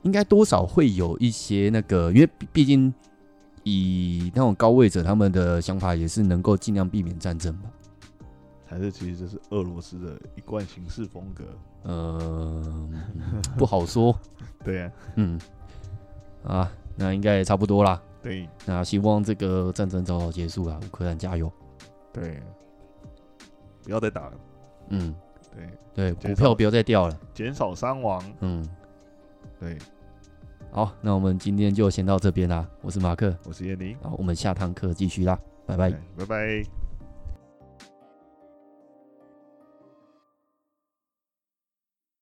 [SPEAKER 2] 应该多少会有一些那个，因为毕毕竟以那种高位者他们的想法也是能够尽量避免战争吧。
[SPEAKER 1] 还是其实这是俄罗斯的一贯行事风格。
[SPEAKER 2] 嗯，不好说，
[SPEAKER 1] 对啊，
[SPEAKER 2] 嗯，啊，那应该也差不多啦。
[SPEAKER 1] 对
[SPEAKER 2] 那希望这个战争早早结束啦，乌克兰加油。
[SPEAKER 1] 对，不要再打了，
[SPEAKER 2] 嗯，
[SPEAKER 1] 对，
[SPEAKER 2] 对，
[SPEAKER 1] 结束
[SPEAKER 2] 股
[SPEAKER 1] 了
[SPEAKER 2] 票不要再掉了。
[SPEAKER 1] 减少伤亡。
[SPEAKER 2] 嗯，
[SPEAKER 1] 对，
[SPEAKER 2] 好，那我们今天就先到这边啦。我是马克。
[SPEAKER 1] 我是叶宁，哎
[SPEAKER 2] 好，我们下堂课继续啦，拜拜。
[SPEAKER 1] 对拜拜。